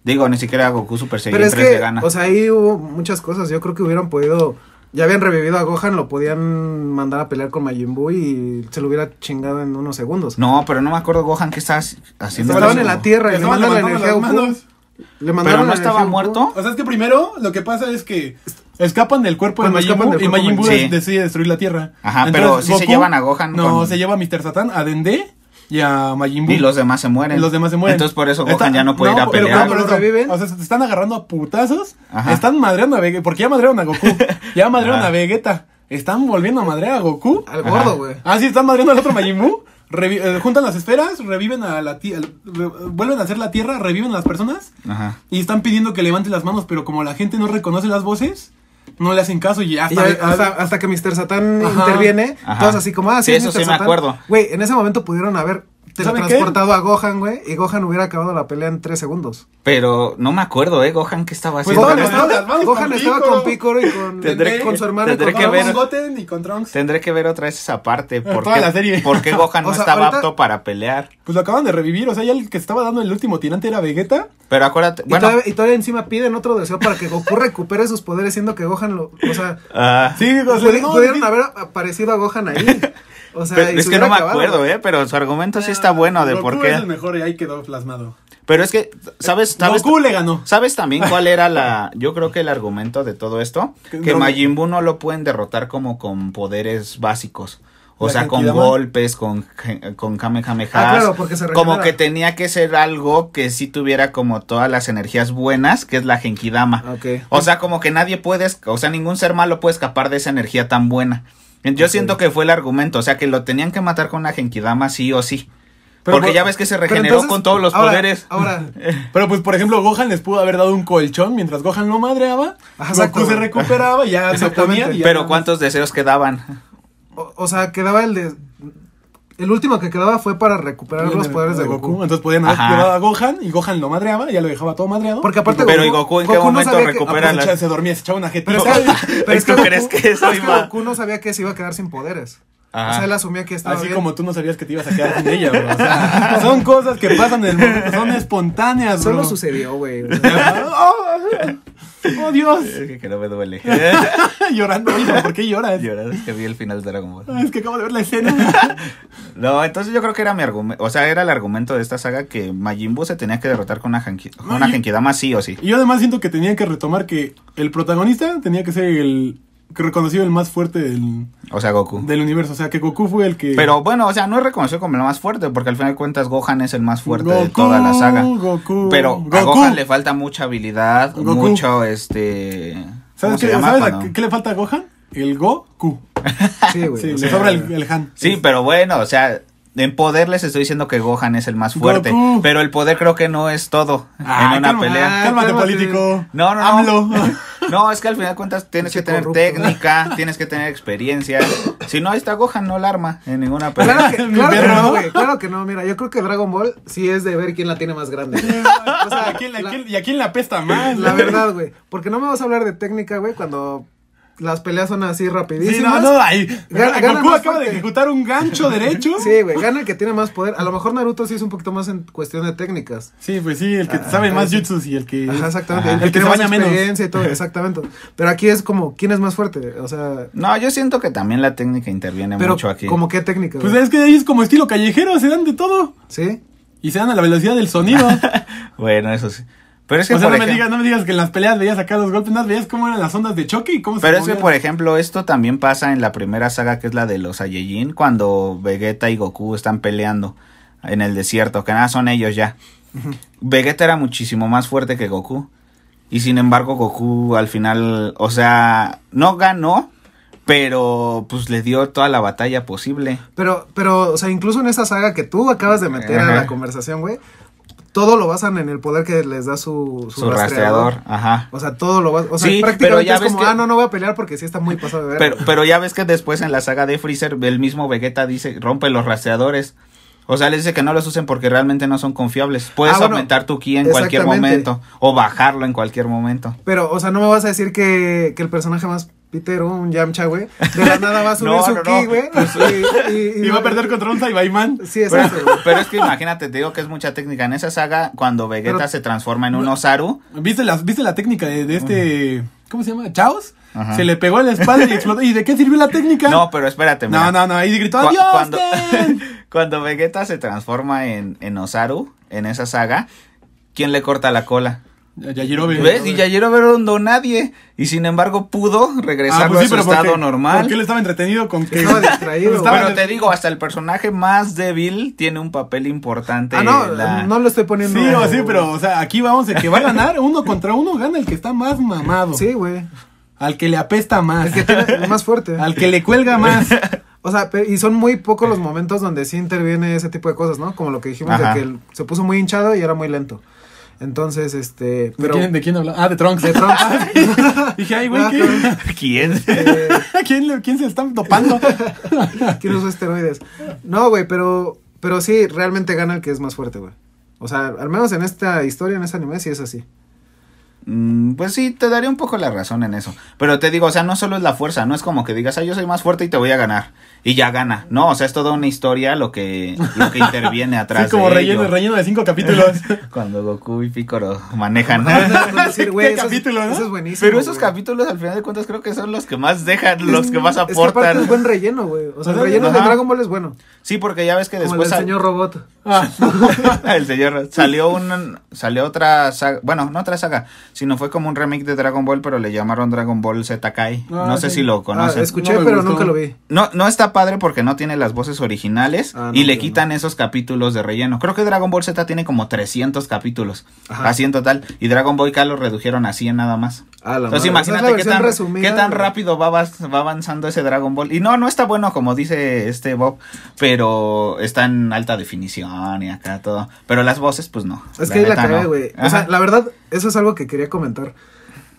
Digo, ni siquiera Goku Super Saiyan Pero es 3 le que, gana. o sea, ahí hubo muchas cosas. Yo creo que hubieran podido. Ya habían revivido a Gohan, lo podían mandar a pelear con Majin Buu y se lo hubiera chingado en unos segundos. no, pero no me acuerdo Gohan que estás haciendo. Estaban en la tierra y le Estaban mandan la levantando energía a las Goku. manos. Le Pero mandaron no la energía a estaba Goku. muerto. O sea, es que primero lo que pasa es que escapan del cuerpo de Cuando Majin escapan Buu del y cuerpo Majin de Buu Majin Buu. des- decide destruir la Tierra. Ajá, pero sí se llevan a Gohan No, con- se lleva a Mr. Satán, a Dende y a Majin Buu. Y los demás se mueren. Y los demás se mueren. Entonces por eso Gohan Está- ya no puede ir a pero pelear. cuando Pero lo reviven- reviven. O sea, se te están agarrando a putazos. Ajá. Están madreando a Vegeta. Porque ya madrearon a Goku. Ya madrearon Ajá. a Vegeta. Están volviendo a madrear a Goku. Al Ajá. gordo, güey. Ah, sí, están madreando al otro Majin Buu. revi- eh, juntan las esferas, reviven a la tierra. Vuelven a hacer la tierra, reviven a las personas. Ajá. Y están pidiendo que levante las manos, pero como la gente no reconoce las voces, no le hacen caso y hasta. Y ya, hasta- hasta, hasta que Mr. Satán Ajá. interviene, Ajá. todos así como, ah, sí, Sí, es eso Mr. sí me Satán. acuerdo. Güey, en ese momento pudieron haber ¿Saben qué? teletransportado a Gohan, güey, y Gohan hubiera acabado la pelea en tres segundos. Pero no me acuerdo, ¿eh? Gohan, ¿qué estaba Pues haciendo? Gohan, no, estaba, no, no, no, Gohan con estaba Piccolo. con Piccolo y con, Tendré con su que- hermano. y tendré con que Gohan. ver. Con Goten y con Trunks. Tendré que ver otra vez esa parte. ¿Por toda qué, la serie. por qué Gohan no O sea, estaba ahorita- apto para pelear? Pues lo acaban de revivir, o sea, ya el que estaba dando el último tirante era Vegeta. Pero acuérdate. Y, Bueno, todavía, y todavía encima piden otro deseo para que Goku recupere sus poderes, siendo que Gohan lo. O sea, ah, Sí, o sea, pudi- no, pudieron sí. haber aparecido a Gohan ahí. O sea, pero y es se que no hubiera me acabado. Ah, acuerdo, ¿eh? Pero su argumento sí está bueno de Goku por qué. es el mejor y ahí quedó plasmado. Pero es que, ¿sabes? ¿Sabes? Goku le ganó. ¿Sabes también cuál era la... Yo creo que el argumento de todo esto? Que Que no- Majin Buu no lo pueden derrotar como con poderes básicos. O La sea, con Genkidama. golpes, con, gen- con Kamehameha. Ah, claro, porque se como regenera. que tenía que ser algo que sí tuviera como todas las energías buenas, que es la Genkidama. Ok. O sea, como que nadie puede, es- o sea, ningún ser malo puede escapar de esa energía tan buena. Yo siento que fue el argumento, o sea, que lo tenían que matar con la Genkidama sí o sí. Pero porque por- ya ves que se Pero regeneró entonces, con todos los ahora- poderes. Ahora, Pero pues, por ejemplo, Gohan les pudo haber dado un colchón mientras Gohan lo madreaba. Ajá, exacto, Goku se güey. recuperaba y ya se Exactamente. ponía. y ya nada Pero más. ¿cuántos deseos quedaban? o, o sea, quedaba el de. El último que quedaba fue para recuperar los poderes de Goku. Entonces podían haber Ajá. llevado a Gohan y Gohan lo madreaba, ya lo dejaba todo madreado. Porque aparte Pero, ¿y Goku en qué momento sabía que- recupera Ah, pues, la- se- se dormía, se echaba una jetita. Pero es que- pero ¿Tú crees es que Goku- que eso es que iba- Goku no sabía que se iba a quedar sin poderes. Ajá. O sea, él asumía que estaba Así bien. como tú no sabías que te ibas a quedar sin ella, bro. O sea, son cosas que pasan en el momento, son espontáneas, bro. Solo sucedió, güey. oh, oh, Dios. Eh, Que no me duele. Llorando, oye, ¿por qué lloras? Llorar es que vi el final de Dragon Ah, Ball. Es que acabo de ver la escena. No, entonces yo creo que era mi argumento, o sea, era el argumento de esta saga que Majin Buu se tenía que derrotar con una, Genki- con una y- Genkidama sí o sí. Y yo además siento que tenía que retomar que el protagonista tenía que ser el que reconocido el más fuerte del, O sea, Goku. del universo. O sea, que Goku fue el que. Pero bueno, o sea, no es reconocido como el más fuerte, porque al final de cuentas Gohan es el más fuerte de Goku, toda la saga. Goku, Pero a Goku. Gohan le falta mucha habilidad, Goku. mucho este. ¿Cómo ¿Sabes, se qué, llama? ¿sabes a Cuando- qué le falta a Gohan? El Goku. Sí, güey. Sí, o le sea, sobra el, el Han. Sí, pero bueno, o sea, en poder les estoy diciendo que Gohan es el más fuerte. Goku. Pero el poder creo que no es todo Ah, en una calma, pelea. Cálmate, cálmate. político. No, no, no. AMLO. No, es que al final de cuentas tienes Pinche que tener corrupto. técnica, tienes que tener experiencia. Si no, ahí está Gohan, no la arma en ninguna Pues pelea. Claro que, Mi claro que perro. no, güey. Claro que no. Mira, yo creo que Dragon Ball sí es de ver quién la tiene más grande. güey. O sea, ¿a quién, a La- quién- ¿y a quién le apesta más? La verdad, güey. Porque no me vas a hablar de técnica, güey, cuando las peleas son así Sí, rapidísimas. no, no, ahí. Gana- gana Goku más acaba de fuerte. ejecutar un gancho derecho. Sí, güey, gana el que tiene más poder. A lo mejor Naruto sí es un poquito más en cuestión de técnicas. Sí, pues sí, el que sabe más Ah, sí. jutsus y el que. Ajá, exactamente. Ajá. El, que tiene más experiencia y todo, exactamente. Pero aquí es como, ¿quién es más fuerte? O sea, No, yo siento que también la técnica interviene pero mucho aquí. como qué técnica, Pues güey? es que ahí es como estilo callejero, se dan de todo. ¿Sí? Y se dan a la velocidad del sonido. Bueno, eso sí. Pero es que, o sea, por no me, ejemplo- digas, no me digas que en las peleas veías acá los golpes, no veías cómo eran las ondas de choque y cómo pero se es que, movían. por ejemplo, esto también pasa en la primera saga que es la de los Saiyajin, cuando Vegeta y Goku están peleando en el desierto, que nada son ellos ya. Vegeta era muchísimo más fuerte que Goku. Y sin embargo, Goku al final, o sea, no ganó, pero pues le dio toda la batalla posible. Pero, pero, o sea, incluso en esa saga que tú acabas de meter a Ajá. la conversación, güey, todo lo basan en el poder que les da su, Su, rastreador, ajá. O sea, todo lo basan. O sea, Sí, pero prácticamente ya es ves como, que- ah, no, no voy a pelear porque sí está muy pasado de ver. Pero, pero ya ves que después en la saga de Freezer, el mismo Vegeta dice, rompe los rastreadores. O sea, les dice que no los usen porque realmente no son confiables. Puedes Ah, bueno, aumentar tu ki en cualquier exactamente. momento o bajarlo en cualquier momento. Pero, o sea, no me vas a decir que, que el personaje más pitero, un Yamcha, güey, de la nada va a subir No, su no, ki, no. güey. y, Pues Y va a perder contra un Saibaimán. Sí, Pero, exacto, güey. pero es que imagínate, te digo que es mucha técnica. En esa saga, cuando Vegeta Pero- se transforma en un Osaru, ¿Viste, las, ¿Viste la técnica de, de este. ¿Cómo se llama? ¿Chaos? Ajá. Se le pegó en la espalda y explotó. ¿Y de qué sirvió la técnica? no, pero espérate. no, mira. no, no. Y gritó: Cu- ¡Adiós! cuando, Ten". cuando Vegeta se transforma en, en Osaru, en esa saga, ¿quién le corta la cola? Ya- Yajirobe. ¿Ves? Y Yajiro no rondó nadie. Y sin embargo pudo Ah, regresarlo pues sí, a pero su estado porque- normal. Porque él estaba entretenido con que. Estaba distraído, Estaba- Pero güey. te digo, hasta el personaje más débil tiene un papel importante. Ah, no, en la- no lo estoy poniendo. Sí, o sí, pero, o sea, aquí vamos, el que va a ganar, uno contra uno gana el que está más mamado. Sí, güey. Al que le apesta más. El que tiene el más fuerte. Al que le cuelga más. O sea, pe- y son muy pocos los momentos donde sí interviene ese tipo de cosas, ¿no? Como lo que dijimos Eh. Ajá. de que el- se puso muy hinchado y era muy lento. Entonces, este. ¿De Pero. quién, de quién habla? Ah, de Trunks. de Trunks. Dije, ay, güey, Ah, ¿qué? ¿Quién? eh, ¿Quién, le- ¿Quién se está topando? ¿Quién usó esteroides? No, güey, pero, pero sí, realmente gana el que es más fuerte, güey. O sea, al menos en esta historia, en este anime, sí es así. Mm, Pues sí, te daría un poco la razón en eso. Pero te digo, o sea, no solo es la fuerza, no es como que digas, ah, yo soy más fuerte y te voy a ganar. Y ya gana. No, o sea, es toda una historia lo que, lo que interviene atrás. Sí, como de relleno, ello. relleno de cinco capítulos. Cuando Goku y Piccolo manejan. Decir, güey, ¿Qué eso es- capítulo, no? Eso es buenísimo. Pero esos güey. capítulos, al final de cuentas, creo que son los que más dejan, los que más Es que aparte aportan. es buen relleno, güey. O sea, el Ajá. relleno de Ajá. Dragon Ball es bueno. Sí, porque ya ves que Como el después del sal- señor robot. Ah, el señor- salió un salió otra saga, bueno, no otra saga, sino fue como un remake de Dragon Ball, pero le llamaron Dragon Ball Z Kai. Ah, no sé sí. si lo Ah, conoces. escuché, No me pero gustó. nunca lo vi. No, no está padre porque no tiene las voces originales Ah, no, y le yo quitan esos capítulos de relleno. Creo que Dragon Ball Z tiene como 300 capítulos, Ajá. así en total. Y Dragon Ball K lo redujeron a 100 nada más. Ah, la Entonces madre. Esa es la imagínate qué versión tan, resumida, qué tan güey. rápido va, avas- va avanzando ese Dragon Ball. Y no, no está bueno como dice este Bob, pero está en alta definición y acá todo. Pero las voces, pues no. Es que ahí la neta, cagué, no. güey. O Ajá. sea, la verdad, eso es algo que quería comentar.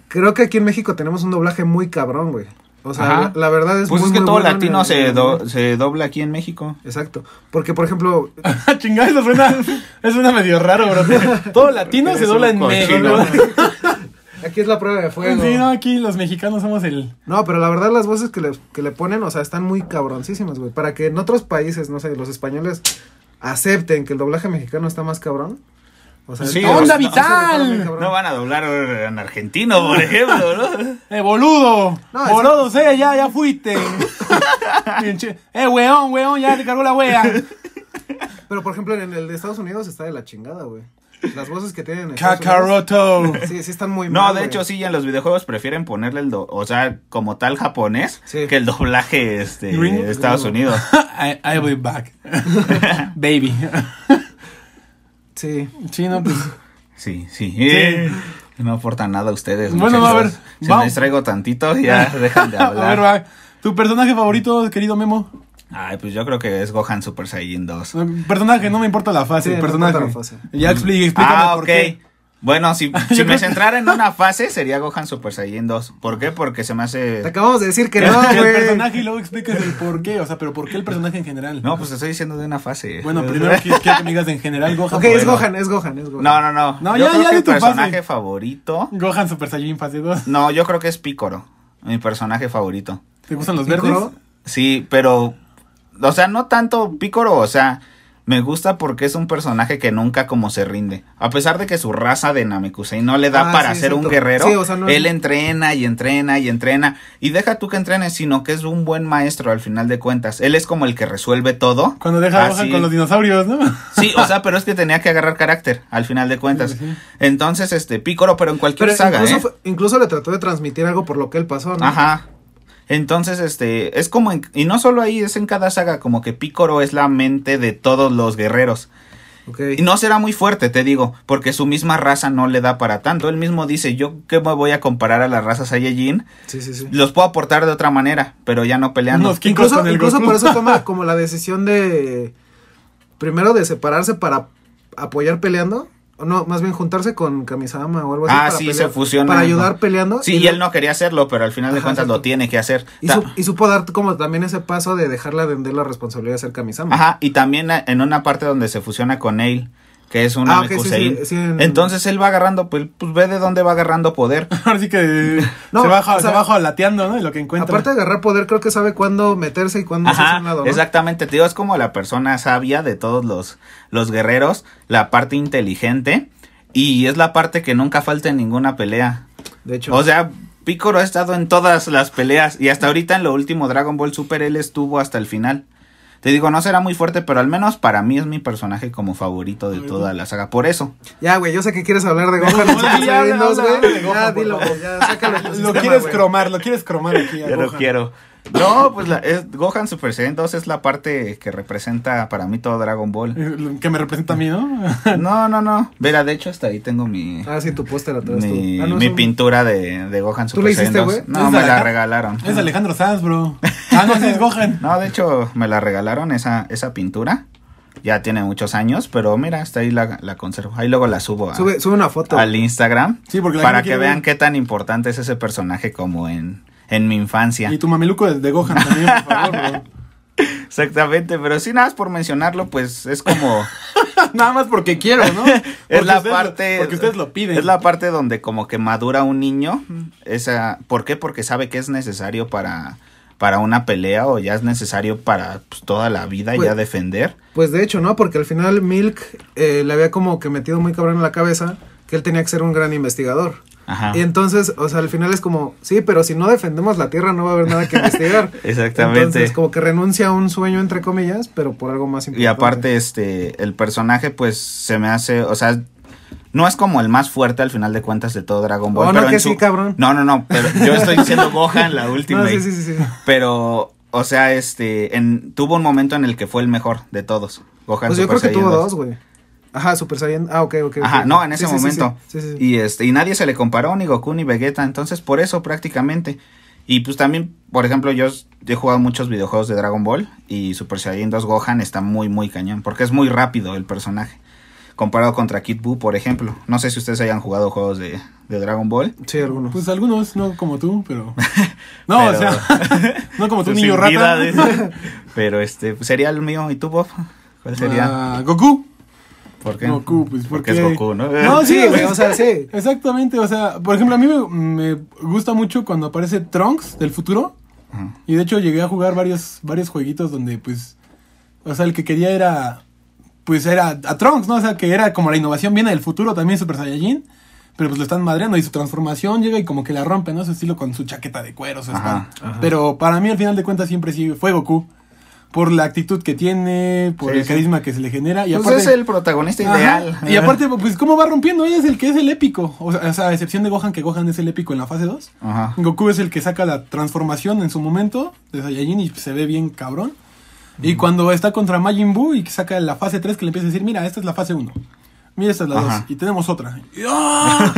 Creo que aquí en México tenemos un doblaje muy cabrón, güey. O sea, Ajá. la, la verdad es pues muy, es que muy todo bueno en latino el- en se, el do- anime. se dobla aquí en México. Exacto. Porque, por ejemplo, chingada, eso suena, eso suena medio raro, bro. Todo latino se Eres dobla un en cochino. México. aquí es la prueba de fuego. Sí, no, aquí los mexicanos somos el... No, pero la verdad las voces que le, que le ponen, o sea, están muy cabroncísimas, güey. Para que en otros países, no sé, los españoles acepten que el doblaje mexicano está más cabrón. O sea, Sí, todo- onda o sea, vital. está bien cabrón. No van a doblar en argentino, por ejemplo, ¿no? ¡Eh, boludo! No, es- ¡Boludo, sea, ya, ya fuiste! Bien chi- ¡Eh, weón, weón, ya te cargó la wea! Pero por ejemplo, en el de Estados Unidos está de la chingada, güey. Las voces que tienen en Estados Unidos- ¡Cacaroto! Sí, sí están muy No, mal, de güey. hecho sí, en los videojuegos prefieren ponerle el, do- o sea, como tal japonés, Sí. que el doblaje este, Gringo. de Estados Gringo. Unidos. I, I will be back. Baby. Sí. Sí, no, pues... Sí, sí. Eh, No aportan nada a ustedes. Bueno, muchachos. a ver, Si va- me distraigo tantito, ya dejan de A hablar. ver, va. ¿Tu personaje favorito, querido Memo? Ay, pues yo creo que es Gohan Super Saiyan 2. Personaje, no me importa la fase. Sí, no personaje. importa la fase. Ya expli- explícame Ah, por ok. qué. Bueno, si, Yo si me creo- centrara en una fase, sería Gohan Super Saiyan 2. ¿Por qué? Porque se me hace... Te acabamos de decir que Que no, el güey. personaje y luego explícame el por qué. O sea, pero ¿por qué el personaje en general? No, pues te estoy diciendo de una fase. Bueno, primero que- quiero que me digas en general Gohan. pues. Ok, es Bueno. Gohan, es Gohan, es Gohan. No, no, no. No, yo ya- creo ya que di el tu fase. personaje favorito. Gohan Super Saiyan fase 2. No, yo creo que es Pícoro. Mi personaje favorito. ¿Te gustan los verdes? ¿Piccolo? Sí, pero. O sea, no tanto Pícoro, o sea. Me gusta porque es un personaje que nunca como se rinde. A pesar de que su raza de Namekusei no le da Ah, para sí, ser exacto. un guerrero, Sí, o sea, no es- él entrena y entrena y entrena. Y deja tú que entrenes, sino que es un buen maestro al final de cuentas. Él es como el que resuelve todo. Cuando deja Ah, a Gohan Así- con los dinosaurios, ¿no? Sí, o sea, pero es que tenía que agarrar carácter al final de cuentas. Sí, sí. Entonces, este, Pícoro, pero en cualquier Pero saga, incluso, ¿eh? fue- incluso le trató de transmitir algo por lo que él pasó, ¿no? Ajá. Entonces, este, es como, en- y no solo ahí, es en cada saga, como que Pícoro es la mente de todos los guerreros. Ok. Y no será muy fuerte, te digo, porque su misma raza no le da para tanto. Él mismo dice, yo qué me voy a comparar a la raza Saiyajin, Sí, sí, sí. los puedo aportar de otra manera, pero ya no peleando. Unos Kinkos Incluso, con el incluso Goku. por eso toma como la decisión de. Primero de separarse para apoyar peleando. O no, más bien juntarse con Kamisama o algo así. Ah, para sí, pelear, se fusionan, Para ¿no? ayudar peleando. Sí, y él no quería hacerlo, pero al final de Ajá, cuentas lo exacto. tiene que hacer. Y, Ta- su- y supo dar como también ese paso de dejarle vender la responsabilidad de ser Kamisama. Ajá, y también eh, en una parte donde se fusiona con él, que es un Ah, ok, sí, Namekusein. sí, sí, en- Entonces él va agarrando, pues, pues ve de dónde va agarrando poder. Ahora sí que No, se baja, o sea- se baja lateando, ¿no? Y lo que encuentra. Aparte de agarrar poder, creo que sabe cuándo meterse y cuándo hacerse a Ajá, un lado, ¿no? exactamente, te digo, es como la persona sabia de todos los, los guerreros, la parte inteligente, y es la parte que nunca falta en ninguna pelea. De hecho. O sea, Picoro ha estado en todas las peleas, y hasta ahorita en lo último Dragon Ball Super él estuvo hasta el final. Te digo, no será muy fuerte, pero al menos para mí es mi personaje como favorito de toda la saga. Por eso, Ya, güey, yo sé que quieres hablar de Gohan. no, sí, ya, ya, habla, habla, habla de ya, Gohan, por dilo, favor. güey, ya, sácalo. de tu Ah, lo sistema, quieres güey. cromar, lo quieres cromar aquí. a Ya lo Gohan. quiero. No, pues la, es- Gohan Super Saiyan 2 es la parte que representa para mí todo Dragon Ball. Eh, Que me representa a mí, ¿no? No, no, no. Verá, de hecho, hasta ahí tengo mi, Ah, sí, tu póster atrás. mi, tú. Ah, no, mi es un- pintura de, de Gohan Super la Saiyan hiciste, 2. güey? No, ¿Es me de la acá? regalaron. Es Alejandro Sanz, bro. Ah, no, sí, es Gohan. No, de hecho, me la regalaron esa, esa pintura. ya tiene muchos años, pero mira, hasta ahí la, la conservo. Ahí luego la subo a- Sube, sube una foto. al Instagram Sí, porque la para que gente quiere vean ver. qué tan importante es ese personaje como en, en mi infancia. Y tu mameluco de, de Gohan también, por favor, bro. Exactamente, pero sí, nada más por mencionarlo, pues es como... Nada más porque quiero, ¿no? es Porque la ustedes lo- parte... porque ustedes lo piden. Es la parte donde como que madura un niño. Esa, ¿Por qué? Porque sabe que es necesario para, para una pelea o ya es necesario para pues, toda la vida Pues- ya defender. Pues de hecho, ¿no? Porque al final Milk eh, le había como que metido muy cabrón en la cabeza que él tenía que ser un gran investigador. Ajá. Y entonces, o sea, al final es como, sí, pero si no defendemos la Tierra no va a haber nada que investigar. Exactamente. Entonces, como que renuncia a un sueño, entre comillas, pero por algo más importante. Y aparte, este, el personaje, pues, se me hace, o sea, no es como el más fuerte al final de cuentas de todo Dragon Ball. Oh, no, pero en que sí, cabrón. No, no, no, pero yo estoy diciendo Gohan, la última. No, Ah, sí, sí, sí, sí. Pero, o sea, este, en, tuvo un momento en el que fue el mejor de todos. Gohan Pues yo Super creo que Saiyan tuvo 2. dos, güey. Ajá, Super Saiyan. Ah, ok, ok. Ajá, ok. no, en ese Sí, sí, sí, momento. Sí, sí, sí. Y este, y nadie se le comparó, ni Goku ni Vegeta, entonces por eso prácticamente. Y pues también, por ejemplo, yo, s- yo he jugado muchos videojuegos de Dragon Ball y Super Saiyan 2 Gohan está muy, muy cañón, porque es muy rápido el personaje. Comparado contra Kid Buu, por ejemplo. No sé si ustedes hayan jugado juegos de, de Dragon Ball. Sí, algunos. Pues algunos, no como tú, pero. Pero- No, o sea, no como tú, Sin niño vida rata. de- Pero este, pues, sería el mío. ¿Y tú, Bob? ¿Cuál sería? Ah, Goku. ¿Por qué? Goku, pues, porque porque- es Goku, ¿no? No, sí, Ah, sí, güey, güey. o sea, sí. Exactamente, o sea, por ejemplo, a mí me, me gusta mucho cuando aparece Trunks del futuro. Ajá. Y de hecho llegué a jugar varios, varios jueguitos donde, pues, o sea, el que quería era, pues, era a Trunks, ¿no? O sea, que era como la innovación viene del futuro también, Super Saiyajin. Pero pues lo están madreando y su transformación llega y como que la rompe, ¿no? Su estilo con su chaqueta de cuero, su Ajá, espada. Pero para mí al final de cuentas siempre sí fue Goku. Por la actitud que tiene, por Sí, el sí. carisma que se le genera. Y Pues aparte, es el protagonista Este Ajá. ideal. Y aparte, pues, ¿cómo va rompiendo? Él es el que es el épico. O sea, o sea, a excepción de Gohan, que Gohan es el épico en la fase 2. Ajá. Goku es el que saca la transformación en su momento de Saiyajin y pues, se ve bien cabrón. Y cuando está contra Majin Buu y que saca la fase 3 que le empieza a decir, mira, esta es la fase 1. Mira, esta es la 2. Ajá. Y tenemos otra. Y, ¡ah!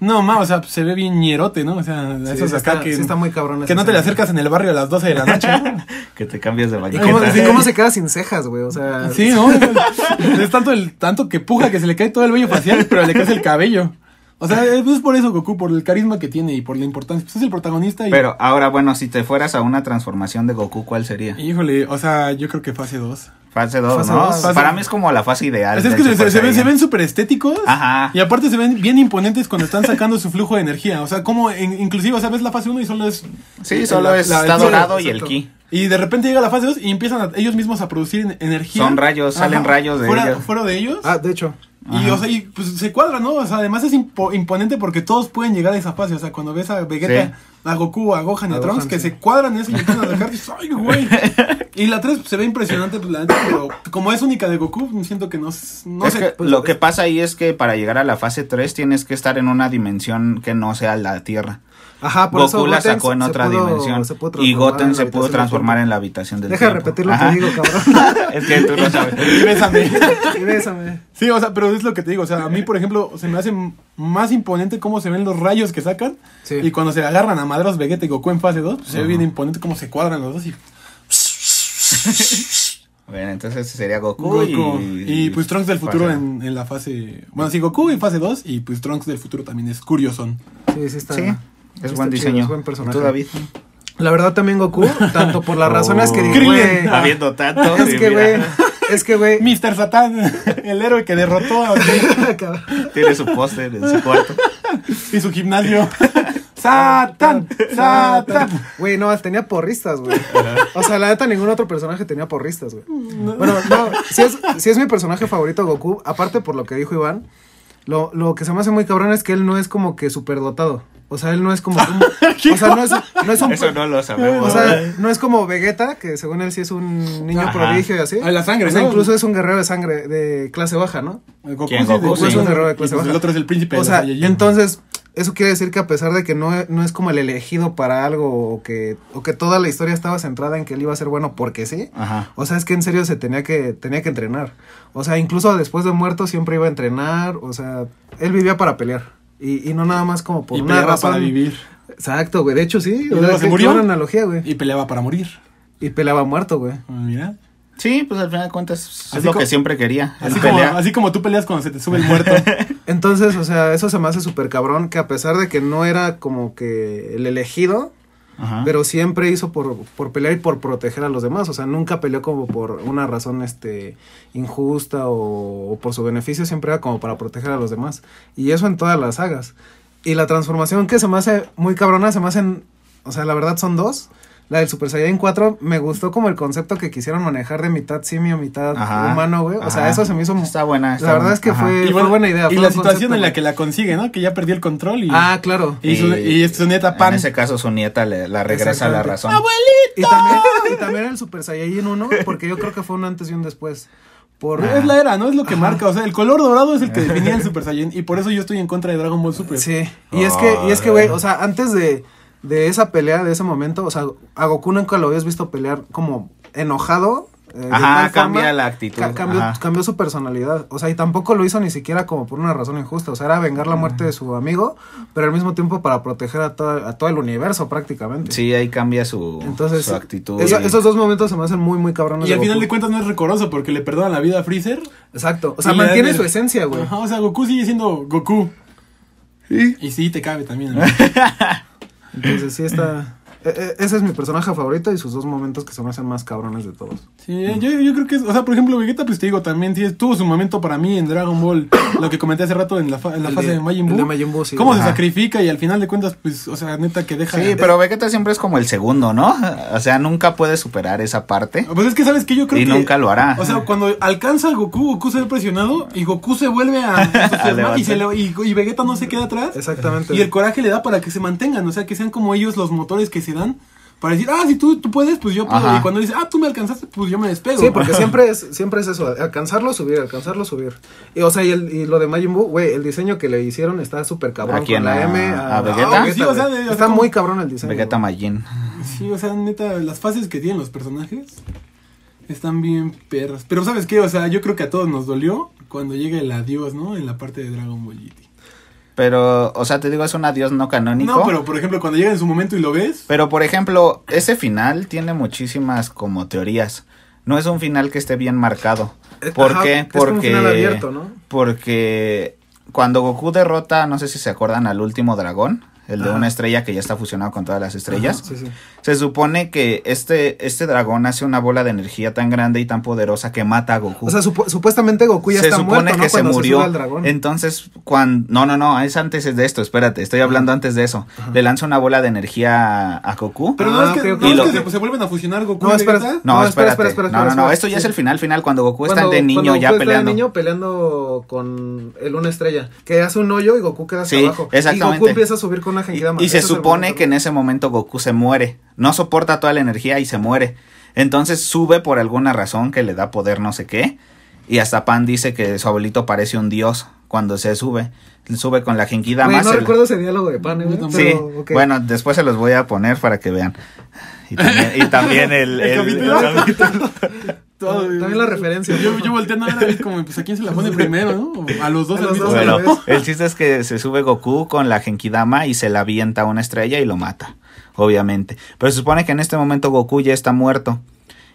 no, ma, o sea, se ve bien ñerote, ¿no? O sea, Sí, esos sí acá está, que, sí está muy cabrón. que esa no te le escena. acercas en el barrio a las 12 de la noche. ¿no? Que te cambias de ¿Y baño. cómo, ¿Qué y tal? cómo se queda sin cejas, güey? O sea, Sí, ¿no? Es tanto, el, tanto que puja que se le cae todo el vello facial, pero le crece el cabello. O sea, es es por eso Goku, por el carisma que tiene y por la importancia. Pues es el protagonista y... Pero ahora, bueno, si te fueras a una transformación de Goku, ¿cuál sería? Híjole, o sea, yo creo que fase 2. Fase 2, Fase ¿no? dos. Para Fase- mí es como la fase ideal. Es, es Ah, del que se, Super se ven, se Saiyan. ven súper estéticos. Ajá. Y aparte se ven bien imponentes cuando están sacando su flujo de energía. O sea, como en- inclusive, o sea, ves la fase 1 y solo es... Sí, solo la- es, la- está sí, dorado y el exacto. ki. Y de repente llega la fase 2 y empiezan a- ellos mismos a producir en- energía. Son rayos, salen rayos de fuera, ellos. Fuera de ellos. Ah, de hecho. Y, o sea, y, pues se cuadra, ¿no? O sea, además es impo- imponente porque todos pueden llegar a esa fase. O sea, cuando ves a Vegeta, Sí. a Goku, a Gohan y a, A Trunks, Gohan, que sí. se cuadran eso y empiezan a dejar, dices, ¡ay, güey! Y la 3 se ve impresionante, pues la neta, pero como es única de Goku, siento que no, s- no Es sé. que pues, lo que pasa ahí es que para llegar a la fase 3 tienes que estar en una dimensión que no sea la Tierra. Ajá, Ah, por eso Goku la Goten sacó en se otra pudo- dimensión. se pudo y transformar en Goten la se pudo habitación transformar del en la habitación del Deja de tiempo. repetir lo Ajá. que digo, cabrón. Es que tú no sabes. Bésame. y bésame. Sí, o sea, pero es lo que te digo. O sea, a mí, por ejemplo, se me hace m- más imponente cómo se ven los rayos que sacan. Sí. Y cuando se agarran a madras Vegeta y Goku en fase 2, pues, se ve Ajá. bien imponente cómo se cuadran los dos y Bueno, entonces este sería Goku, Goku. y... Y, pues Trunks del futuro Fase- en, en la fase. Bueno, sí, Goku en fase 2. Y pues Trunks del futuro también es Curioson. Sí, sí está. Sí, es está buen chido, diseño. es buen personaje. ¿Tú, David? La verdad también Goku, tanto por las razones Oh. que dije, Krillin. güey, Habiendo tanto. Eh, Es sí, que, mira, güey, es que, güey, Mr. Satán, el héroe que derrotó a cabrón. Tiene su póster en su cuarto. y su gimnasio. ¡Satán! ¡Satán! Güey, no, tenía porristas, güey. O sea, la neta, ningún otro personaje tenía porristas, güey. Bueno, no, si es, sí es mi personaje favorito Goku, aparte por lo que dijo Iván, lo, lo que se me hace muy cabrón es que él no es como que superdotado. O sea, él no es como... un- o sea, no es, no es un... Eso no lo sabemos. O sea, no es como Vegeta, que según él sí es un niño Ajá. prodigio y así. Ah, la sangre, O sea, ¿no? incluso es un guerrero de sangre, de clase baja, ¿no? Goku, ¿Quién? sí, de- Goku, Goku es sí. un guerrero de Y, pues, clase baja. El otro es el príncipe de O los sea, Saiyajin. entonces, eso quiere decir que a pesar de que no, no es como el elegido para algo o que, o que toda la historia estaba centrada en que él iba a ser bueno porque sí, Ajá. o sea, es que en serio se tenía que, tenía que entrenar. O sea, incluso después de muerto siempre iba a entrenar, o sea, él vivía para pelear. Y, y no nada más como por Y una peleaba razón. para vivir. Exacto, güey. De hecho, sí. luego sea, se qué- qué murió. buena analogía, güey. Y peleaba para morir. Y pelaba muerto, güey. Mira. Sí, pues al final de cuentas es Así lo co- que siempre quería. Así la como, pelea. así como tú peleas cuando se te sube el muerto. Entonces, o sea, eso se me hace súper cabrón que a pesar de que no era como que el elegido, Ajá. pero siempre hizo por, por pelear y por proteger a los demás. O sea, nunca peleó como por una razón este, injusta o, o por su beneficio, siempre era como para proteger a los demás. Y eso en todas las sagas. Y la transformación que se me hace muy cabrona, se me hacen, o sea, la verdad son dos. La del Super Saiyan 4 me gustó como el concepto que quisieron manejar de mitad simio, mitad Ajá. humano, güey. O sea, Ajá. eso se me hizo... mu- Está buena. está la verdad buena. es que Ajá. fue, y fue bueno, buena idea. Y fue la un situación concepto en muy- la que la consigue, ¿no? Que ya perdió el control y, Ah, claro. y, su, y es su neta pan. En ese caso, su nieta le, la regresa a la Exactamente. razón. Y también, y también el Super Saiyajin 1, porque yo creo que fue un antes y un después. Por, Es la era, ¿no? Es lo que marca. O sea, el color dorado es el que definía el Super Saiyan. Y por eso yo estoy en contra de Dragon Ball Super. Pues Sí. Y es que, y es que, güey, o sea, antes de, de esa pelea, de ese momento, o sea, a Goku nunca lo habías visto pelear como enojado. eh, de Ajá, tal forma, cambia la actitud, ca- cambió, ajá. cambió su personalidad. O sea, y tampoco lo hizo ni siquiera como por una razón injusta. O sea, era vengar la muerte de su amigo, pero al mismo tiempo para proteger a, toda- a todo el universo prácticamente. Sí, ahí cambia su, Entonces, su actitud. eso- y- esos dos momentos se me hacen muy, muy cabrones. Y al Goku. final de cuentas no es recoroso porque le perdona la vida a Freezer. Exacto. O sea, Y le dan mantiene el- su esencia, güey. Ajá, o sea, Goku sigue siendo Goku. Y sí, te cabe también. ¿no? Entonces sí está... e- e- Ese es mi personaje favorito y sus dos momentos que se me hacen más cabrones de todos. Sí, eh, yo, yo creo que es, o sea, por ejemplo, Vegeta, pues te digo, también sí, tuvo su momento para mí en Dragon Ball, lo que comenté hace rato en la, fa- en la El fase de, Majin el Buu. de Majin Buu, sí. ¿Cómo se Ajá. sacrifica y al final de cuentas, pues, o sea, neta que deja... Sí, pero Vegeta siempre es como el segundo, ¿no? O sea, nunca puede superar esa parte. Pues es que, ¿sabes que Yo creo Y que... nunca lo hará. O sea, cuando alcanza a Goku, Goku se ve presionado y Goku se vuelve a... entusiasmar y, se le- y- y Vegeta no se queda atrás. Exactamente. Y el coraje le da para que se mantengan, o sea, que sean como ellos los motores que se dan para decir, ah, si tú, tú puedes, pues yo puedo. Ajá. Y cuando dice, ah, tú me alcanzaste, pues yo me despego. Sí, porque siempre es, siempre es eso, alcanzarlo, subir, alcanzarlo, subir. Y, o sea, y, el- y lo de Majin Buu, güey, el diseño que le hicieron está súper cabrón. ¿A quién? Con la ¿A- M, a Vegeta? Sí, o sea, güey. de- o sea, está como- muy cabrón el diseño. Vegeta güey. Majin. Sí, o sea, neta, las fases que tienen los personajes están bien perras. Pero ¿sabes qué? O sea, yo creo que a todos nos dolió cuando llega el adiós, ¿no? En la parte de Dragon Ball GT. Pero, o sea, te digo, es un adiós no canónico. No, pero por ejemplo, cuando llega en su momento y lo ves, Pero, por ejemplo, ese final tiene muchísimas como teorías. No es un final que esté bien marcado. Eh, ¿Por ajá, qué? es como un Porque, final abierto, ¿no? porque cuando Goku derrota, no sé si se acuerdan, al último dragón, el de Ajá. una estrella que ya está fusionado con todas las estrellas. Ajá, sí, sí. Se supone que este, este dragón hace una bola de energía tan grande y tan poderosa que mata a Goku. O sea, supo- supuestamente Goku ya se está supone muerto, que ¿no? se Cuando murió. sube al dragón. Entonces, cuando. No, no, no, es antes de esto, espérate, estoy hablando antes de eso. Le lanza una bola de energía a, a Goku. pero no Ah, es que, ok, ok. no es Y que lo- se, se vuelven a fusionar Goku No, y espera, Vegeta. no, no, espérate. espera, espera, espera, no, no, no, espera. esto ya es Sí. el final, final, cuando Goku Cuando- está de niño cuando ya Goku está de peleando. niño pues, peleando con el una estrella, que hace un hoyo y Goku queda hasta Sí, abajo. exactamente. Y Goku empieza a subir con una Genkidama. Y, y se Ese es el supone momento. que en ese momento Goku se muere. No soporta toda la energía y se muere. Entonces sube por alguna razón que le da poder no sé qué. Y hasta Pan dice que su abuelito parece un dios cuando se sube. Sube con la Genkidama. Güey, no se- recuerdo ese diálogo de Pan, ¿eh, güey? Yo Sí, Pero, ok. bueno, después se los voy a poner para que vean. Y también, y también el, El el- capítulo. el capítulo. Todo- También la referencia. Yo, yo volteando a ver a ver como, pues a quién se la pone primero, ¿no? A los dos A al los mismo dos a la tiempo. Bueno, vez. el chiste es que se sube Goku con la Genkidama y se la avienta a una estrella y lo mata, obviamente. Pero se supone que en este momento Goku ya está muerto.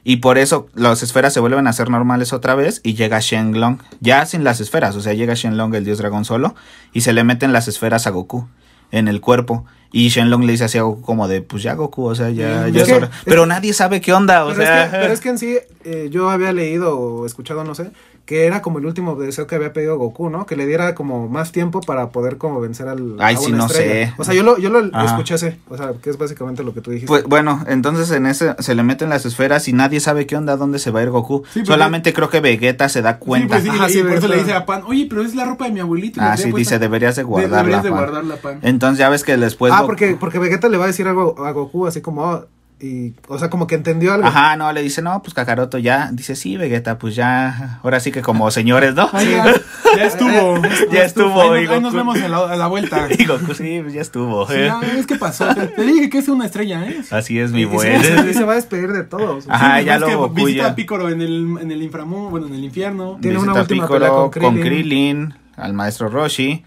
Y por eso las esferas se vuelven a ser normales otra vez y llega Shenlong, ya sin las esferas, o sea, llega Shenlong el dios dragón solo y se le meten las esferas a Goku en el cuerpo y Shenlong le dice así a Goku como de, pues ya Goku, o sea, ya, Es ya es que- hora". Pero nadie sabe qué onda, o Pero, sea. es que, pero es que en sí, eh, yo había leído o escuchado, no sé, que era como el último deseo que había pedido Goku, ¿no? Que le diera como más tiempo para poder como vencer al. Ay, a sí, una no estrella. sé. O sea, yo lo, yo lo Ajá. escuché ese. O sea, que es básicamente lo que tú dijiste. Pues bueno, entonces en ese se le meten las esferas y nadie sabe qué onda, dónde se va a ir Goku. Sí, porque- Solamente creo que Vegeta se da cuenta. Sí, pues, sí, Ajá, y sí, por eso le Vegeta. dice a Pan, oye, pero es la ropa de mi abuelito. Ah, sí, dice, deberías de guardarla. Deberías de Pan". guardarla, Pan. Entonces ya ves que después. ah, Goku- porque, porque Vegeta le va a decir algo a Goku, así como. "Oh", y, o sea, como que entendió algo. Ajá, no, le dice, no, pues Kakaroto ya. Dice, sí, Vegeta, pues ya. Ahora sí que como señores, ¿no? Ay, ya, ya estuvo. Ya estuvo, Ahí, y no- ahí nos Goku- vemos a la, a la vuelta. Y Goku, sí, pues ya estuvo. Sí, ¿eh? ya, es que pasó. Te, te dije que es una estrella, ¿eh? Así es, mi y, buen. se, y se va a despedir de todos. Ajá. Sí, ya es lo que Goku visita ya. a Picoro en el, en el inframundo, bueno, en el infierno. Tiene una Visita a última Piccolo pelea con con Krillin. Krillin, al maestro Roshi.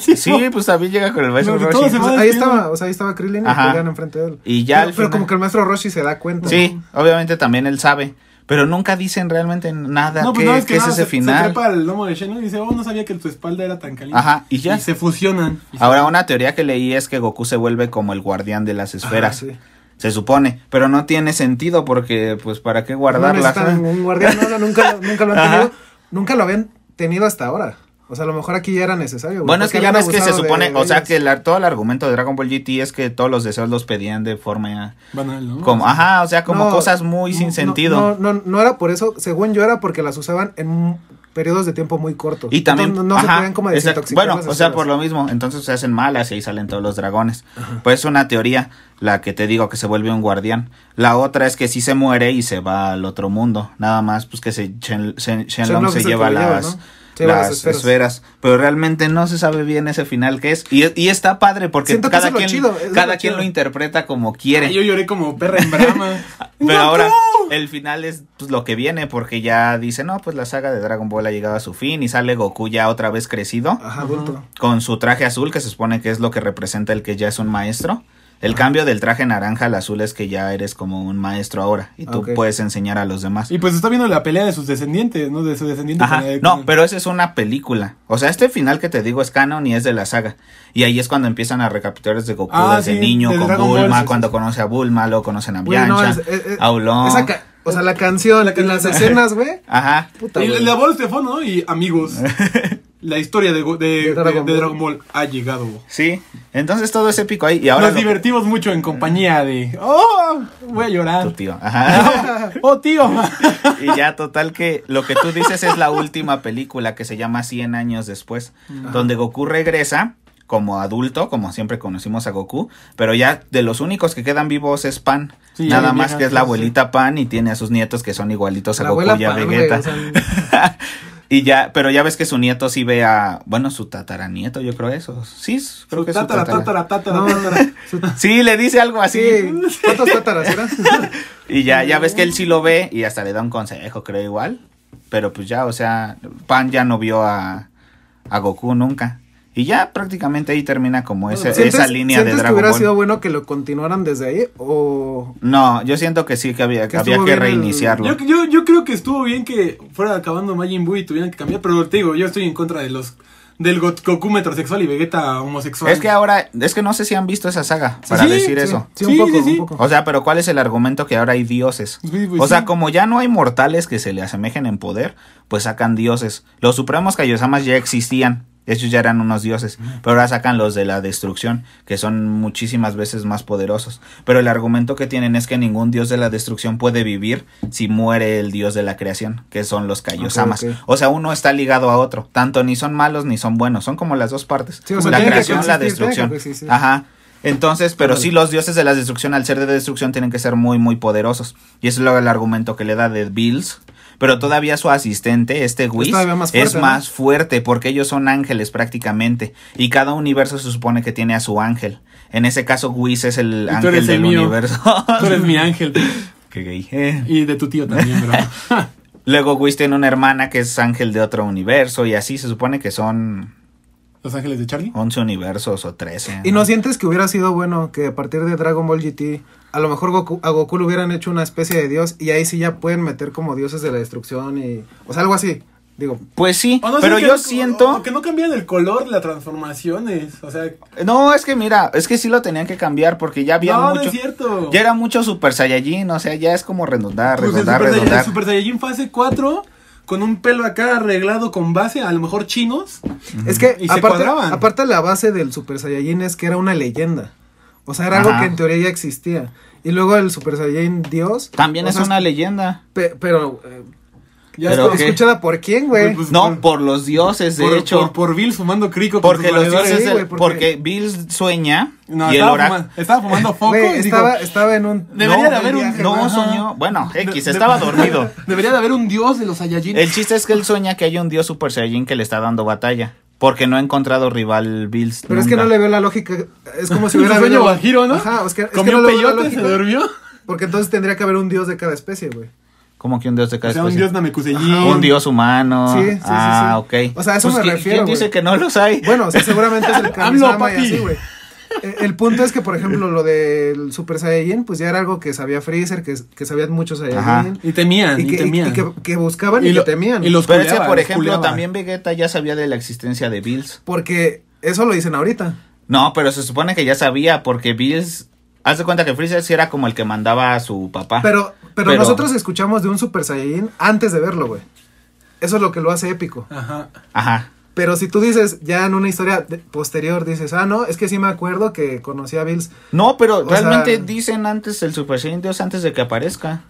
Sí, pues también llega con el maestro No, de Roshi. todos se va- Pues ahí despidiendo. estaba, o sea, ahí estaba Krillin Ajá. y pelean enfrente de él. Y ya al Pero, pero final- como que el maestro Roshi se da cuenta. Sí, obviamente también él sabe. Pero nunca dicen realmente nada. No, pues qué, no, es que qué es nada, ese se, se final? trepa al lomo de Shenlong y dice, oh, no sabía que tu espalda era tan caliente. Ajá, y ya. Ah, Y se fusionan. Y se- Ahora, una teoría que leí es que Goku se vuelve como el guardián de las esferas. sí. Se supone, pero no tiene sentido porque, pues, ¿para qué guardarlas? No necesitan ¿eh? un guardián, no, no, nunca, lo- nunca lo han Ajá. tenido. Nunca lo habían tenido hasta ahora. O sea, a lo mejor aquí ya era necesario. güey, Bueno, es porque que ya habían ves que se abusado de- supone, de o sea, ellas. que el ar- todo el argumento de Dragon Ball GT es que todos los deseos los pedían de forma Banal, ¿no? como, ajá, o sea, como No, cosas muy no, sin no, sentido. No, no, no era por eso. Según yo, era porque las usaban en periodos de tiempo muy cortos. Y también, Entonces, no, no se ajá, podían como exacto. desintoxicar. Bueno, las o sea, esferas. por lo mismo, entonces se hacen malas y ahí salen todos los dragones. Pues es una teoría, la que te digo que se vuelve un guardián. La otra es que sí se muere y se va al otro mundo. Nada más, pues que se, Shen- Shen- Shenlong Shenlong se es el que lleva lo lleva, las, ¿no? Se lleva las las esferas. esferas. Pero realmente no se sabe bien ese final que es. Y, y está padre porque Siento que cada, eso es lo quien, chido, eso es cada lo quien chido. lo interpreta como Ah, quiere. Yo lloré como perra en brama. Ah, Pero ¡No, ahora no! el final es pues, lo que viene, porque ya dice, no, pues la saga de Dragon Ball ha llegado a su fin y sale Goku ya otra vez crecido, Ajá, adulto. con su traje azul, que se supone que es lo que representa el que ya es un maestro. El cambio del traje naranja al azul es que ya eres como un maestro ahora y tú Ok. puedes enseñar a los demás. Y pues está viendo la pelea de sus descendientes, ¿no? De sus descendientes. Ajá, con la- no, con- pero esa es una película. O sea, este final que te digo es canon y es de la saga. Y ahí es cuando empiezan a recapitular desde Goku, Ah, desde sí, niño, desde con Dragon Ball, Bulma, sí, sí, cuando sí. conoce a Bulma, luego conocen a Güey, no, Bianca, es- es- es- a Ulon. esa ca- o sea, la canción y las escenas, güey. Ajá. Puta, Y la, güey. la voz de fondo, ¿no? Y amigos, la historia de, Go- de- De Dragon de- de Ball. Dragon Ball ha llegado. Sí, entonces todo es épico ahí. Y ahora Nos lo- divertimos mucho en compañía de. ¡Oh! Voy a tu llorar. tío. Ajá. ¡Oh, tío! y ya total que lo que tú dices es la última película que se llama 100 años después, donde Goku regresa como adulto, como siempre conocimos a Goku, pero ya de los únicos que quedan vivos es Pan. Sí, Nada la más vieja, que es la sí, sí. abuelita Pan y tiene a sus nietos que son igualitos a La Goku abuela y a pan, güey, Vegeta. o sea, Y ya, pero ya ves que su nieto sí ve a, bueno, su tataranieto, yo creo eso. Sí, creo que es su Tatara, tatara. tatara, tatara, No, tatara. su- Sí, le dice algo así. Sí, ¿cuántos tátaras eran? Y ya, ya ves que él sí lo ve y hasta le da un consejo, creo igual. Pero pues ya, o sea, Pan ya no vio a, a Goku nunca. Y ya prácticamente ahí termina como ese- ¿Sientes- Eh, esa línea de sientes que Dragon hubiera Ball. sido bueno que lo continuaran desde ahí? O. No, yo siento que sí, que había que, Que había estuvo que bien el- reiniciarlo. Yo, yo, yo creo que estuvo bien que fuera acabando Majin Buu y tuvieran que cambiar, pero te digo, yo estoy en contra de los del Go- Goku metrosexual y Vegeta homosexual. Es que ahora, es que no sé si han visto esa saga para sí, decir Sí, eso. Sí, un Sí, poco, sí, sí. un poco. O sea, pero ¿cuál es el argumento que ahora hay dioses? Sí, pues o sea, sí. como ya no hay mortales que se le asemejen en poder, pues sacan dioses. Los supremos Kaiosamas ya existían. Ellos ya eran unos dioses, Mm. pero ahora sacan los de la destrucción, que son muchísimas veces más poderosos. Pero el argumento que tienen es que ningún dios de la destrucción puede vivir si muere el dios de la creación, que son los Kaiosamas. ok. O sea, uno está ligado a otro. Tanto ni son malos ni son buenos, son como las dos partes. Sí, o sea, la tiene que creación, la coexistir, tiene que destrucción. coexistir. Ajá. Entonces, pero Órale. sí los dioses de la destrucción, al ser de destrucción, tienen que ser muy, muy poderosos. Y eso es lo- el argumento que le da de Bills. Pero todavía su asistente, este Whis, todavía más es fuerte, ¿no? más fuerte porque ellos son ángeles prácticamente. Y cada universo se supone que tiene a su ángel. En ese caso, Whis es el tú ángel eres el del mío. universo. Tú eres mi ángel. Qué gay. Eh. Y de tu tío también, bro. Luego, Whis tiene una hermana que es ángel de otro universo. Y así se supone que son Los ángeles de Charlie. 11 universos o 13. ¿Y no sientes que hubiera sido bueno que a partir de Dragon Ball GT a lo mejor Goku, a Goku le hubieran hecho una especie de dios y ahí sí ya pueden meter como dioses de la destrucción y... O sea, algo así. Digo, Pues sí, O no sé, pero que yo no- siento. o que no cambian el color, las transformaciones. O sea, No, es que mira, es que sí lo tenían que cambiar porque ya había no, no mucho. es cierto. ya era mucho Super Saiyajin, o sea, ya es como redondar, Pues el redondar, Super Saiyan- redondar. el Super Saiyajin fase 4, con un pelo acá arreglado con base, a lo mejor chinos. es que Y se aparte, cuadraban. aparte la base del Super Saiyajin es que era una leyenda. O sea, era Ajá. algo que en teoría ya existía. Y luego el Super Saiyajin Dios... También o es sea, una leyenda. pe- pero... eh, Ya Pero está. ¿qué? ¿Escuchada por quién, güey? Pues, No, por- por los dioses, de por, hecho. Por, por Bills fumando crico. con porque sus los valedores. dioses. sí, del- güey, porque... porque- Bill sueña No, y el estaba, oráculo. fuma- estaba fumando foco. Güey, y dijo, estaba, estaba en un... Debería no, de haber un- viaje, No, Ajá. soñó. Bueno, X, de- estaba dormido. Debería de haber un dios de los Saiyajin. El chiste es que él sueña que hay un dios Super Saiyajin que le está dando batalla. Porque no ha encontrado rival Bills. Pero es que no nunca. le veo la lógica. Es como si Su hubiera sueño habido- guajiro, ¿no? Ajá, es que, es que Comió no le veo la peyote, se lógica, durmió. Porque entonces tendría que haber un dios de cada especie, güey. Como que un dios de cada O sea, un especie. dios Namekuseyín. Un dios humano. Sí, sí, sí, sí. ah, ok. O sea, a eso me ¿quién- refiero, ¿Quién dice güey. que no los hay? Bueno, o sea, seguramente es el AMLO, Kamisama y papi. así, güey. Eh, El punto es que, por ejemplo, lo del Super Saiyajin, pues ya era algo que sabía Freezer, que, que sabían muchos Saiyajin. Y temían, y, Y que, y- temían. y que- que buscaban Y y, lo- que temían. y los Pero es que, culeaba, por los ejemplo, culeaba. también Vegeta ya sabía de la existencia de Bills. Porque eso lo dicen ahorita. No, pero se supone que ya sabía, porque Bills. Haz de cuenta que Freezer sí era como el que mandaba a su papá. Pero, pero, Ah, Pero- nosotros escuchamos de un Super Saiyajin antes de verlo, güey. Eso es lo que lo hace épico. Ajá. Ajá. Pero si tú dices ya en una historia de- posterior, dices, ah, no, es que sí me acuerdo que conocí a Bills. No, pero O sea- realmente dicen antes el Super Saiyan 2 antes de que aparezca.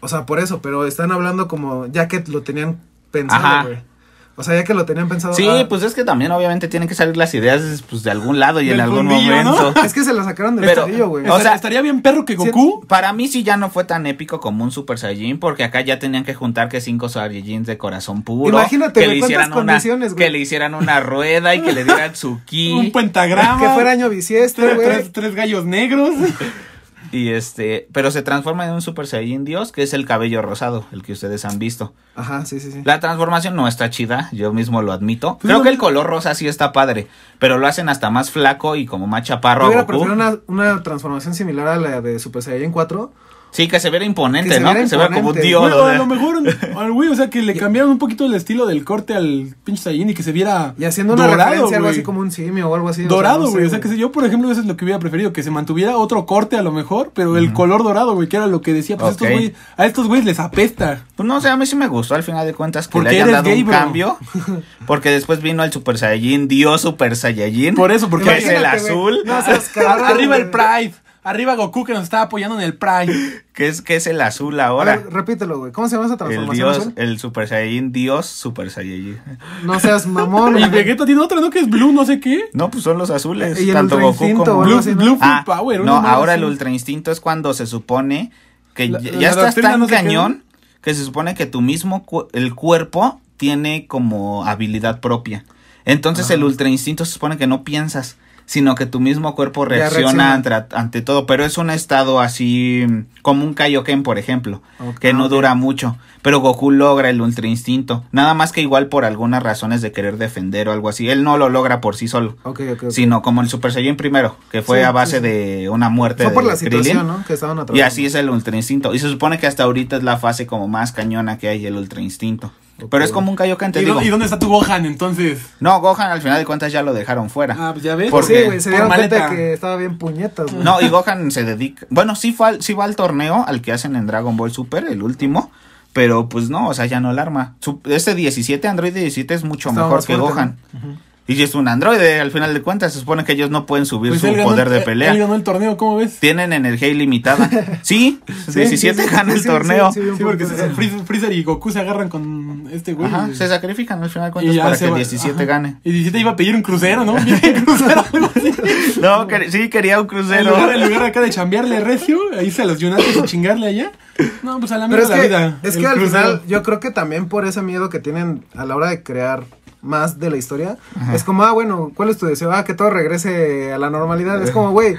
O sea, por eso, pero están hablando como ya que lo tenían pensado, Ajá. güey. O sea, ya que lo tenían pensado. Sí, ah, pues es que también obviamente tienen que salir las ideas pues, de algún lado y Del en algún fundillo, ¿no? momento. Es que se la sacaron del Pero- tobillo, güey. O Estar- sea- estaría bien perro que Goku. Para mí sí ya no fue tan épico como un Super Saiyajin, porque acá ya tenían que juntar que cinco Saiyajins de corazón puro. Imagínate, que güey, cuántas una, condiciones, güey. Que le hicieran una rueda y que le dieran su Un ki. pentagrama. Que fuera año bisiesto, tres, güey. tres- tres gallos negros. Y este, pero se transforma en un Super Saiyajin Dios, que es el cabello rosado, el que ustedes han visto. Ajá, sí, sí, sí. La transformación no está chida, yo mismo lo admito. Pues Creo no que me- el color rosa sí está padre, pero lo hacen hasta más flaco y como más chaparro. Yo a hubiera Goku. preferido una, una transformación similar a la de Super Saiyajin 4. Sí, que se viera imponente, Que se ¿no? viera que se vea como un imponente. dios. Güey, o o a sea. lo mejor, al güey, o sea, que le cambiaron un poquito el estilo del corte al pinche Saiyan y que se viera Y haciendo una dorado, referencia a algo güey. así como un simio o algo así. o sea, Dorado, no sé, güey. o sea, que si yo, por ejemplo, eso es lo que hubiera preferido, que se mantuviera otro corte a lo mejor, pero el color dorado, güey, que era lo que decía, pues estos Ok. güeyes, a estos güeyes les apesta. Pues no sé, a mí sí me gustó al final de cuentas que Porque le hayan eres dado gay, un bro. cambio. Porque después vino el Super Saiyajin, Dios Super Saiyajin. Por eso, porque Que es el Imagínate, güey. azul. No seas cabrón, Ar- Arriba el güey. Pride. Arriba Goku que nos está apoyando en el Pride. Que es, que es el azul A ahora. ver, repítelo, güey. ¿Cómo se llama esa El transformación? Dios, azul? el Super Saiyajin, Dios Super Saiyajin. No seas mamón, Y güey. Vegeta tiene otra, ¿no? Que es Blue, no sé qué. No, pues son los azules. Y el tanto Ultra Goku Instinto, como o Blue, algo así, ¿no? Blue Ah, Power. una no, madre ahora así. el Ultra Instinto es cuando se supone que La- ya, la ya estás doctrina tan no sé qué, cañón que se supone que tu mismo cu- el cuerpo tiene como habilidad propia. Entonces el Ultra Instinto se supone que no piensas, sino que tu mismo cuerpo Ya reacciona reacciona. ante, ante todo, pero es un estado así mm, como un Kaioken, por ejemplo, Ok. que no Ok. dura mucho, pero Goku logra el Ultra Instinto, nada más que igual por algunas razones de querer defender o algo así, él no lo logra por sí solo Ok, ok, ok. sino como el Super Saiyan primero, que fue Sí, a sí, base sí. de una muerte Fue por de la Krillin, situación, ¿no? Que estaban Y atravesando. así es el Ultra Instinto. Y se supone que hasta ahorita es la fase como más cañona que hay el Ultra Instinto. Ok. Pero es como un Kaioken, te ¿Y, dó- digo. y dónde está tu Gohan entonces? No, Gohan al final de cuentas ya lo dejaron fuera. Ah, pues ya ves. Por- Sí, güey, se Por dieron cuenta maleta. que estaba bien puñetas, güey. No, y Gohan se dedica... Bueno, sí, fue al- sí va al torneo al que hacen en Dragon Ball Super, el último. Pero pues no, o sea, ya no el arma. Su- Este 17, Android 17 es mucho Estaba mejor más que fuerte, Gohan. Y es un androide, al final de cuentas, se supone que ellos no pueden subir Pues su él ganó- poder de él- pelea. Él ganó el torneo, ¿cómo ves? Tienen energía ilimitada. Sí, 17 sí, sí, gana sí, el sí, torneo. sí, pues, sí, Sí, porque sí. se- Freezer, Freezer y Goku se agarran con este güey. Ajá, Y- se sacrifican al final de y cuentas ya para se que va- 17 ajá. gane. Y 17 iba a pedir un crucero, ¿no? Un crucero, algo así. No, que- sí, quería un En crucero. lugar, en lugar acá de chambearle recio, a irse a los United y chingarle allá. No, pues a la Pero es mierda la que, vida. es el que al crucero. final, yo creo que también por ese miedo que tienen a la hora de crear más de la historia, es como, ah, bueno, ¿cuál es tu deseo? Ah, que todo regrese a la normalidad. Eh. Es como, güey,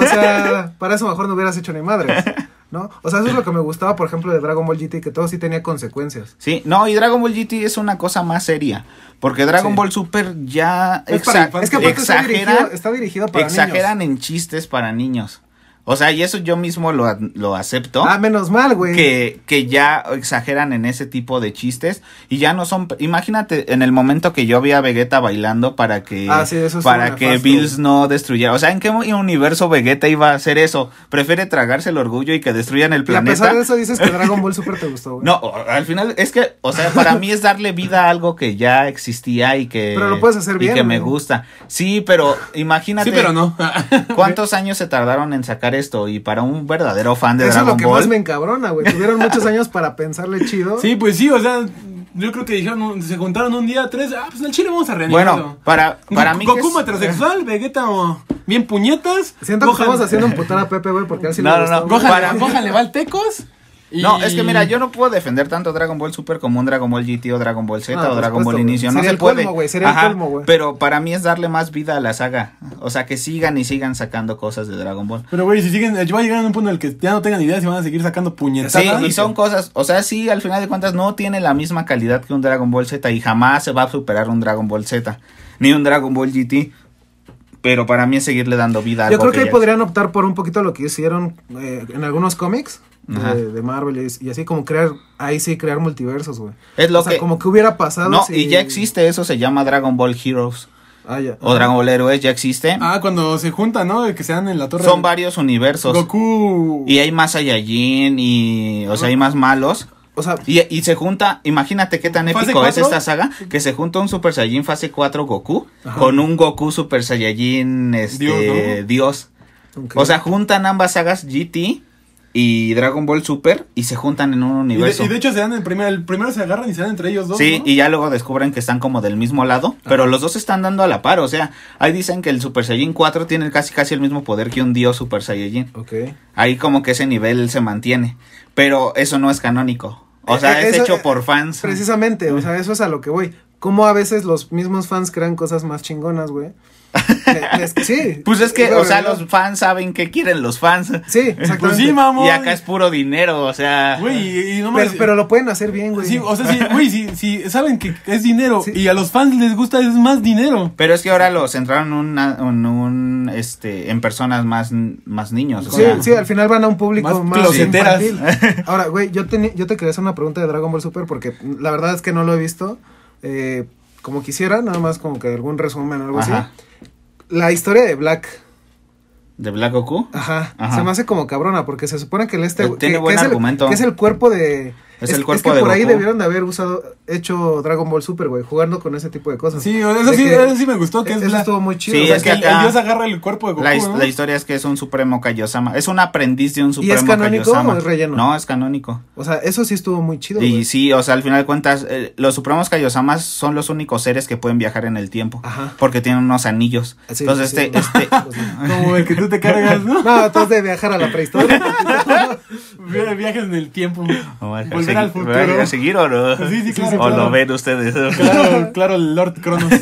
sea, para eso mejor no hubieras hecho ni madre, ¿no? O sea, eso es lo que me gustaba, por ejemplo, de Dragon Ball GT, que todo sí tenía consecuencias. Sí, no, y Dragon Ball GT es una cosa más seria. Porque Dragon Sí. Ball Super ya Es para exa- infantes. Es que aparte está dirigido, exageran, está dirigido para exageran niños. en chistes para niños. O sea, y eso yo mismo lo, ad- lo acepto. Ah, menos mal, güey. que, que ya exageran en ese tipo de chistes y ya no son imagínate en el momento que yo vi a Vegeta bailando para que Ah, sí, eso estuvo para que nefasto. Bills no destruyera o sea en qué universo Vegeta iba a hacer eso prefiere tragarse el orgullo y que destruyan el Y a planeta pesar de eso dices que Dragon Ball Super te gustó, güey. no o- al final es que o sea para mí es darle vida a algo que ya existía y que Pero lo puedes hacer y bien, que güey. me gusta sí pero imagínate Sí, pero no. cuántos años se tardaron en sacar esto y para un verdadero fan de Eso es Dragon lo que Ball más me encabrona, güey. Tuvieron muchos años para pensarle chido. Sí, pues sí, o sea, yo creo que dijeron, se juntaron un día, tres, ah, pues en el chile vamos a reanimar. Bueno, para, para mí. que Goku es- eh. metrosexual, Vegeta oh, bien puñetas. Siento Gohan- que estamos haciendo emputar a Pepe, güey, porque a él sí No, le no, gustó, no. güey. Gohan, Para- Gohan le va al tecos. y- No, es que mira, yo no puedo defender tanto Dragon Ball Super como un Dragon Ball GT o Dragon Ball Z No, o por Dragon supuesto, Ball güey. Inicio. no Sería se el puede. colmo, güey, sería el colmo, güey. Pero para mí es darle más vida a la saga. O sea, que sigan y sigan sacando cosas de Dragon Ball. Pero güey, si siguen, eh, va a llegar a un punto en el que ya no tengan idea si van a seguir sacando puñetadas. Sí, y son cosas, o sea, sí, al final de cuentas no tiene la misma calidad que un Dragon Ball Z y jamás se va a superar un Dragon Ball Z, ni un Dragon Ball GT. Pero para mí es seguirle dando vida a Yo algo creo que ahí ya- podrían optar por un poquito lo que hicieron eh, en algunos cómics Ajá. de, de Marvel y, y así como crear, ahí sí crear multiversos, güey. Es lo o sea, que- como que hubiera pasado. No, si- y ya existe eso, se llama Dragon Ball Heroes Ah, ya. o Dragon Ball Heroes, ya existe. Ah, cuando se juntan, ¿no? Que se dan en la torre. Son varios universos. Goku. Y hay más Saiyajin y, o sea, hay más malos. O sea, Y, y se junta, imagínate qué tan ¿Fase épico es cuatro? esta saga, que se junta un Super Saiyajin fase 4 Goku con un Goku Super Saiyajin este, Dios, Dios. ¿no? ok. O sea, juntan ambas sagas GT y Dragon Ball Super y se juntan en un Y de, universo. y de hecho se dan en primero, el primero se agarran y se dan entre ellos dos. Sí, ¿no? y ya luego descubren que están como del mismo lado, pero los dos están dando a la par, o sea, ahí dicen que el Super Saiyajin 4 tiene casi casi el mismo poder que un dios Super Saiyajin. ok. Ahí como que ese nivel se mantiene, pero eso no es canónico. O Eh, sea, eh, es eso- hecho por fans. Precisamente, o sea, eso es a lo que voy. Como a veces los mismos fans crean cosas más chingonas, güey. Le- les- sí. Pues es que, la o sea, realidad. los fans saben qué quieren los fans. Sí, exactamente. Pues sí, mamón. Y acá es puro dinero, o sea. Güey, y, y no pero, mames, pero lo pueden hacer bien, güey. sí, o sea, sí, güey, si saben que es dinero Sí. y a los fans les gusta es más dinero. Pero es que ahora lo centraron en una- en un, este, en personas más, más niños. o Sí, sea. sí, al final van a un público Más más, closeteras. infantil. Ahora, güey, yo, tenía- yo te quería hacer una pregunta de Dragon Ball Super porque la verdad es que no lo he visto eh, como quisiera, nada más como que algún resumen o algo Ajá. así. La historia de Black, ¿De Black Goku? ajá, Ajá. se me hace como cabrona porque se supone que el este... Eh, que- tiene que buen es el- argumento. que es el cuerpo de... Es el cuerpo que de por ahí Goku. debieron de haber usado, hecho Dragon Ball Super, güey, jugando con ese tipo de cosas. Sí, eso De sí, que- eso sí me gustó. Que es eso la- estuvo muy chido. Sí, o o sea, sea, es que que el, acá- el dios agarra el cuerpo de Goku. La, his- ¿no? la historia es que es un supremo Kaiosama. Es un aprendiz de un supremo canónico Kaiosama. o es relleno? No, es canónico. o sea, eso sí estuvo muy chido. Y güey. sí, o sea, al final de cuentas, eh, los supremos Kaiosamas son los únicos seres que pueden viajar en el tiempo. Ajá. Ah, Porque tienen unos anillos. Sí, Entonces, sí, este, sí. este, Como el que tú te cargas, ¿no? No, tú has de viajar a la prehistoria. Via- Viajes en el tiempo. Vamos a Volver seguir- al futuro. ¿A seguir o no? Sí, sí, claro, o claro. lo ven ustedes. Claro, claro, el Lord Cronos.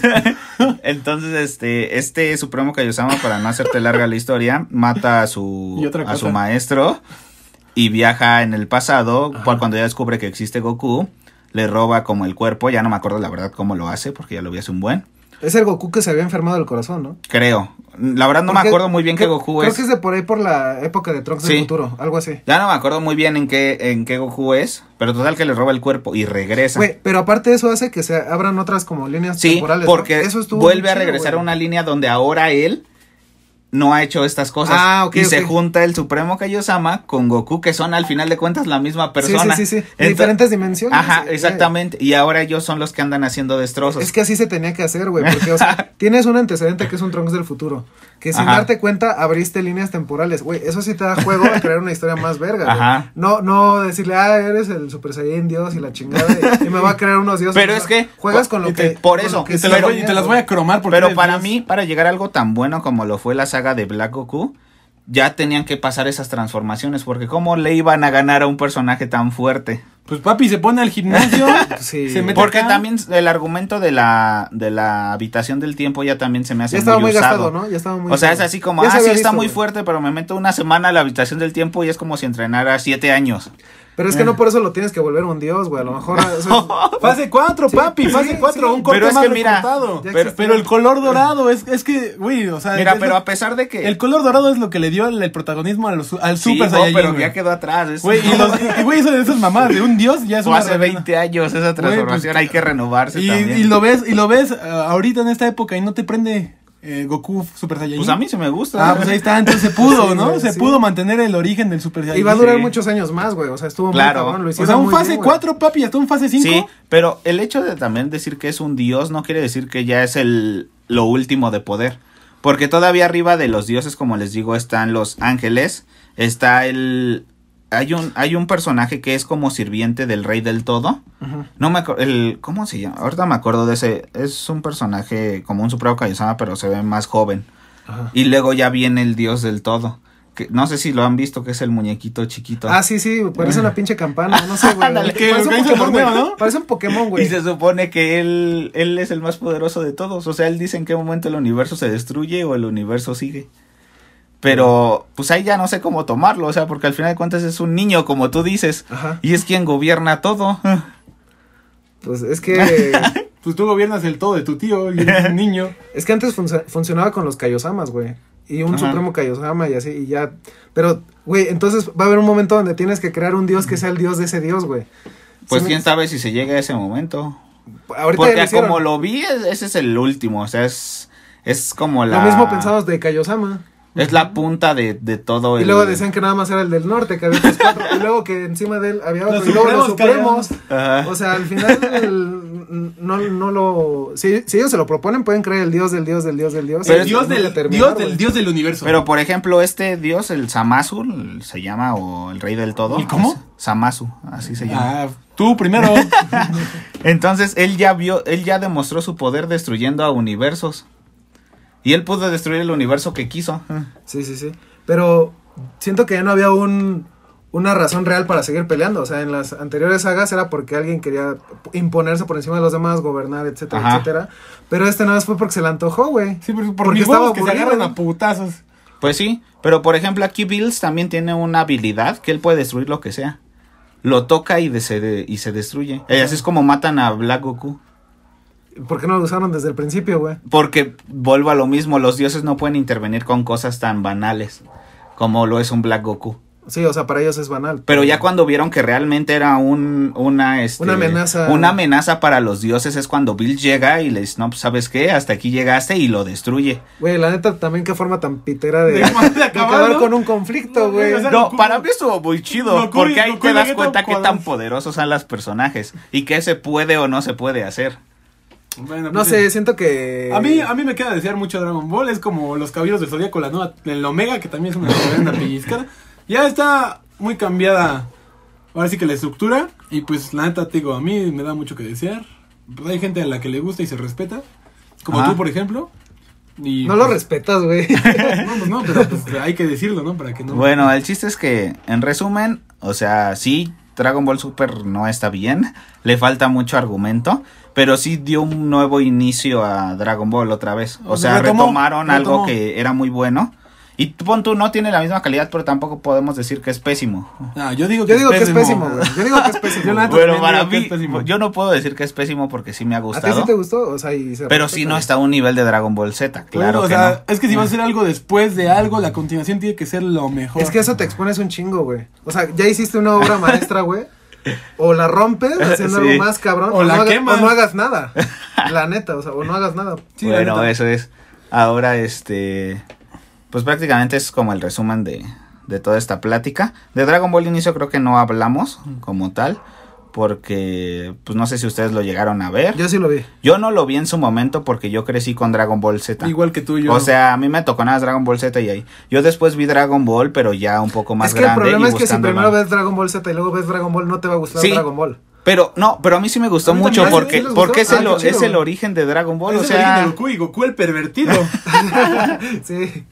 Entonces, este, este Supremo Kaiosama, para no hacerte larga la historia, mata a Y su, otra a su cosa. maestro y viaja en el pasado. cual- Cuando ya descubre que existe Goku, le roba como el cuerpo. Ya no me acuerdo la verdad cómo lo hace, porque ya lo vi hace un buen. Es el Goku que se había enfermado del corazón, ¿no? Creo. La verdad no me Porque acuerdo muy bien qué creo- Goku creo es. que es de por ahí por la época de Trunks Sí. del futuro, algo así. Ya no me acuerdo muy bien en qué, en qué Goku es, pero total que le roba el cuerpo y regresa. Güey, pero aparte eso hace que se abran otras como líneas Sí, temporales. ¿no? porque eso estuvo vuelve muy a chido, regresar güey. a una línea donde ahora él no ha hecho estas cosas. Ah, ok, y ok. se junta el Supremo Kaiosama con Goku, que son al final de cuentas la misma Sí, persona. Sí, sí, sí. Ento- En diferentes dimensiones. Ajá, güey. exactamente. Y ahora ellos son los que andan haciendo destrozos. Es que así se tenía que hacer, güey, porque, o sea, tienes un antecedente que es un Trunks del futuro, que sin Ajá. darte cuenta abriste líneas temporales, güey, eso sí te da juego a crear una historia más verga, güey. Ajá. No, no decirle, ah, eres el Super Saiyan Dios y la chingada, y me va a crear unos dioses. Pero O es sea, que- Juegas con lo y te- que... por con eso, lo que Y te, sí las tenías, voy, y te las voy a cromar porque Pero eres para Dios. mí, para llegar a algo tan bueno como lo fue la saga de Black Goku, ya tenían que pasar esas transformaciones, porque ¿cómo le iban a ganar a un personaje tan fuerte? Pues papi se pone al gimnasio. Sí. se mete Porque acá. también el argumento de la, de la habitación del tiempo ya también se me hace Ya estaba muy, usado. gastado, ¿no? Ya estaba muy O sea, es usado. así como, Ya ah, se sí, había está visto, muy güey. fuerte, pero me meto una semana a la habitación del tiempo y es como si entrenara siete años. Pero Eh. es que no por eso lo tienes que volver un dios, güey, a lo mejor... o sea, pues, Fase 4, papi, fase sí, 4, sí. un corte Pero es más que mira, recortado. ya pero, existía. pero el color dorado, es, es que, güey, o sea. Mira, es pero lo- a pesar de que... Ah, El color dorado es lo que le dio el, el protagonismo al, su- al Sí, Super no, Saiyajin. pero güey. ya quedó atrás. es- Güey, y los- y, güey, eso de esas mamadas de un dios ya es Fue una hace realidad. 20 años esa transformación, hay que renovarse Y, también. y lo ves, y lo ves ah, ahorita en esta época y no te prende eh, Goku Super Saiyajin. Pues a mí sí me gusta. Ah, pues ahí está, entonces se pudo, Sí, ¿no? güey, Se sí. pudo mantener el origen del Super Saiyajin. Y va a durar Sí. muchos años más, güey, o sea, estuvo Claro. muy cabrón, lo O hicieron sea, un muy fase bien, güey. 4, papi, hasta un fase 5. Sí, pero el hecho de también decir que es un dios no quiere decir que ya es el lo último de poder, porque todavía arriba de los dioses, como les digo, están los ángeles, está el hay un hay un personaje que es como sirviente del rey del todo. Ajá. No me acuerdo el cómo se llama. Ahorita me acuerdo de ese es un personaje como un Supremo Kaiosama, pero se ve más joven. Ajá. Y luego ya viene el dios del todo, que no sé si lo han visto que es el muñequito chiquito. Ah, sí, sí, parece una pinche campana, no sé, güey. Ándale, que parece, un organiza Pokémon, torneo, güey. ¿no? parece un Pokémon, Y güey. se supone que él, él es el más poderoso de todos. O sea, él dice en qué momento el universo se destruye o el universo sigue. Pero, pues ahí ya no sé cómo tomarlo. O sea, porque al final de cuentas es un niño, como tú dices. Ajá. Pues Y es quien gobierna todo. Pues es que pues tú gobiernas el todo de tu tío y el niño. Es que antes func- funcionaba con los Kaiosamas, güey. Y un Ajá. supremo Kaiosama y así, y ya. Pero, güey, entonces va a haber un momento donde tienes que crear un dios que sea el dios de ese dios, güey. Pues Sí, quién me- sabe si se llega a ese momento. Ahorita ya lo Porque hicieron. como lo vi, es- ese es el último. O sea, es, es como Lo la. mismo pensados de Kaiosama. Es la punta de, de todo Y Pues el- luego decían que nada más era el del norte, que había otros cuatro. y luego que encima de él había otro. Los y luego los supremos, supremos. Ah. Ajá. O sea, al final el- no, no lo. Si, si ellos se lo proponen, pueden creer el dios del dios del dios del dios. Pero y es- Dios nunca del, terminar, Dios güey. del Dios del universo. Pero por ejemplo, este dios, el Samasu, se llama, o el rey del todo. ¿Y cómo? Samasu, así se llama. Ah, tú primero. Entonces, él ya vio, él ya demostró su poder destruyendo a universos. Y él pudo destruir el universo que quiso. Sí, sí, sí. Pero siento que ya no había un, una razón real para seguir peleando. O sea, en las anteriores sagas era porque alguien quería imponerse por encima de los demás, gobernar, etcétera, Ajá. etcétera. Pero este nada más fue porque se le antojó, güey. Sí, pero por Porque mis estaba huevos que se aburrido. agarran a putazos. Pues sí, pero por ejemplo aquí Bills también tiene una habilidad que él puede destruir lo que sea. Lo toca y, de- se, de- y se destruye. Eh, así es como matan a Black Goku. ¿Por qué no lo usaron desde el principio, güey? Porque vuelvo a lo mismo, los dioses no pueden intervenir con cosas tan banales como lo es un Black Goku. Sí, o sea, para ellos es banal. Pero ya cuando vieron que realmente era un, una, este, Una amenaza. una amenaza para los dioses es cuando Bill llega y le dice, no, pues, sabes qué, hasta aquí llegaste y lo destruye. Güey, la neta, también qué forma tan pitera de, De acabar, de acabar ¿no? con un conflicto, No, güey, güey. o sea, No, Goku- para mí estuvo muy chido, Goku y- porque ahí Goku y te das Vegeta cuenta qué tan cuadrados. poderosos son los personajes y qué se puede o no se puede hacer. Bueno, No pues, sé, sí. siento que... A mí, a mí me queda desear mucho Dragon Ball. Es como los caballeros del Zodíaco, la nueva, el Omega, que también es una tremenda pellizcada. Ya está muy cambiada. Ahora sí que la estructura. Y pues la neta, te digo, a mí me da mucho que desear. Pues, hay gente a la que le gusta y se respeta. Como Ajá. tú, por ejemplo. Y, No lo pues, respetas, güey. No, pues no, pero pues, hay que decirlo, ¿no? Para que no. Bueno, el chiste es que, en resumen, o sea, sí, Dragon Ball Super no está bien, le falta mucho argumento, pero sí dio un nuevo inicio a Dragon Ball otra vez. O sea, Retomó, retomaron algo retomó. que era muy bueno. Y tú, pon tú, no tiene la misma calidad, pero tampoco podemos decir que es pésimo. Ah, yo digo que Yo digo que es pésimo, güey. güey. Yo digo que es pésimo. Yo la- Ah, tú Pero también para digo que es mí, pésimo. yo no puedo decir que es pésimo porque sí me ha ¿A ti sí gustado. te gustó? O sea, y se Pero respeta, sí no güey. está a un nivel de Dragon Ball Z, claro Uh, o que sea, no. es que si va a ser algo después de algo, la continuación tiene que ser lo mejor. Es que eso te expones un chingo, güey. O sea, ya hiciste una obra maestra, güey. O la rompes haciendo Sí. algo más cabrón. O la no haga- quemas. O no hagas nada. La neta, o sea, o no hagas nada. Sí, la bueno, neta. eso es. Ahora, este. Pues prácticamente es como el resumen de, de toda esta plática. De Dragon Ball Inicio creo que no hablamos como tal. Porque, pues no sé si ustedes lo llegaron a ver. Yo, Yo sí lo vi. no lo vi en su momento porque yo crecí con Dragon Ball Z. Igual que tú y yo. O sea, a mí me tocó nada más Dragon Ball Z y ahí. Yo después vi Dragon Ball, pero ya un poco más es que el grande. problema y es que si buscándolo. primero ves Dragon Ball Z y luego ves Dragon Ball, no te va a gustar Sí. Dragon Ball. Pero no, pero a mí sí me A gustó mí mucho también, ¿sí porque, les gustó? porque es, Ah, el, qué chido. es el origen de Dragon Ball. Es o el sea, origen de Goku y Goku el pervertido. Sí.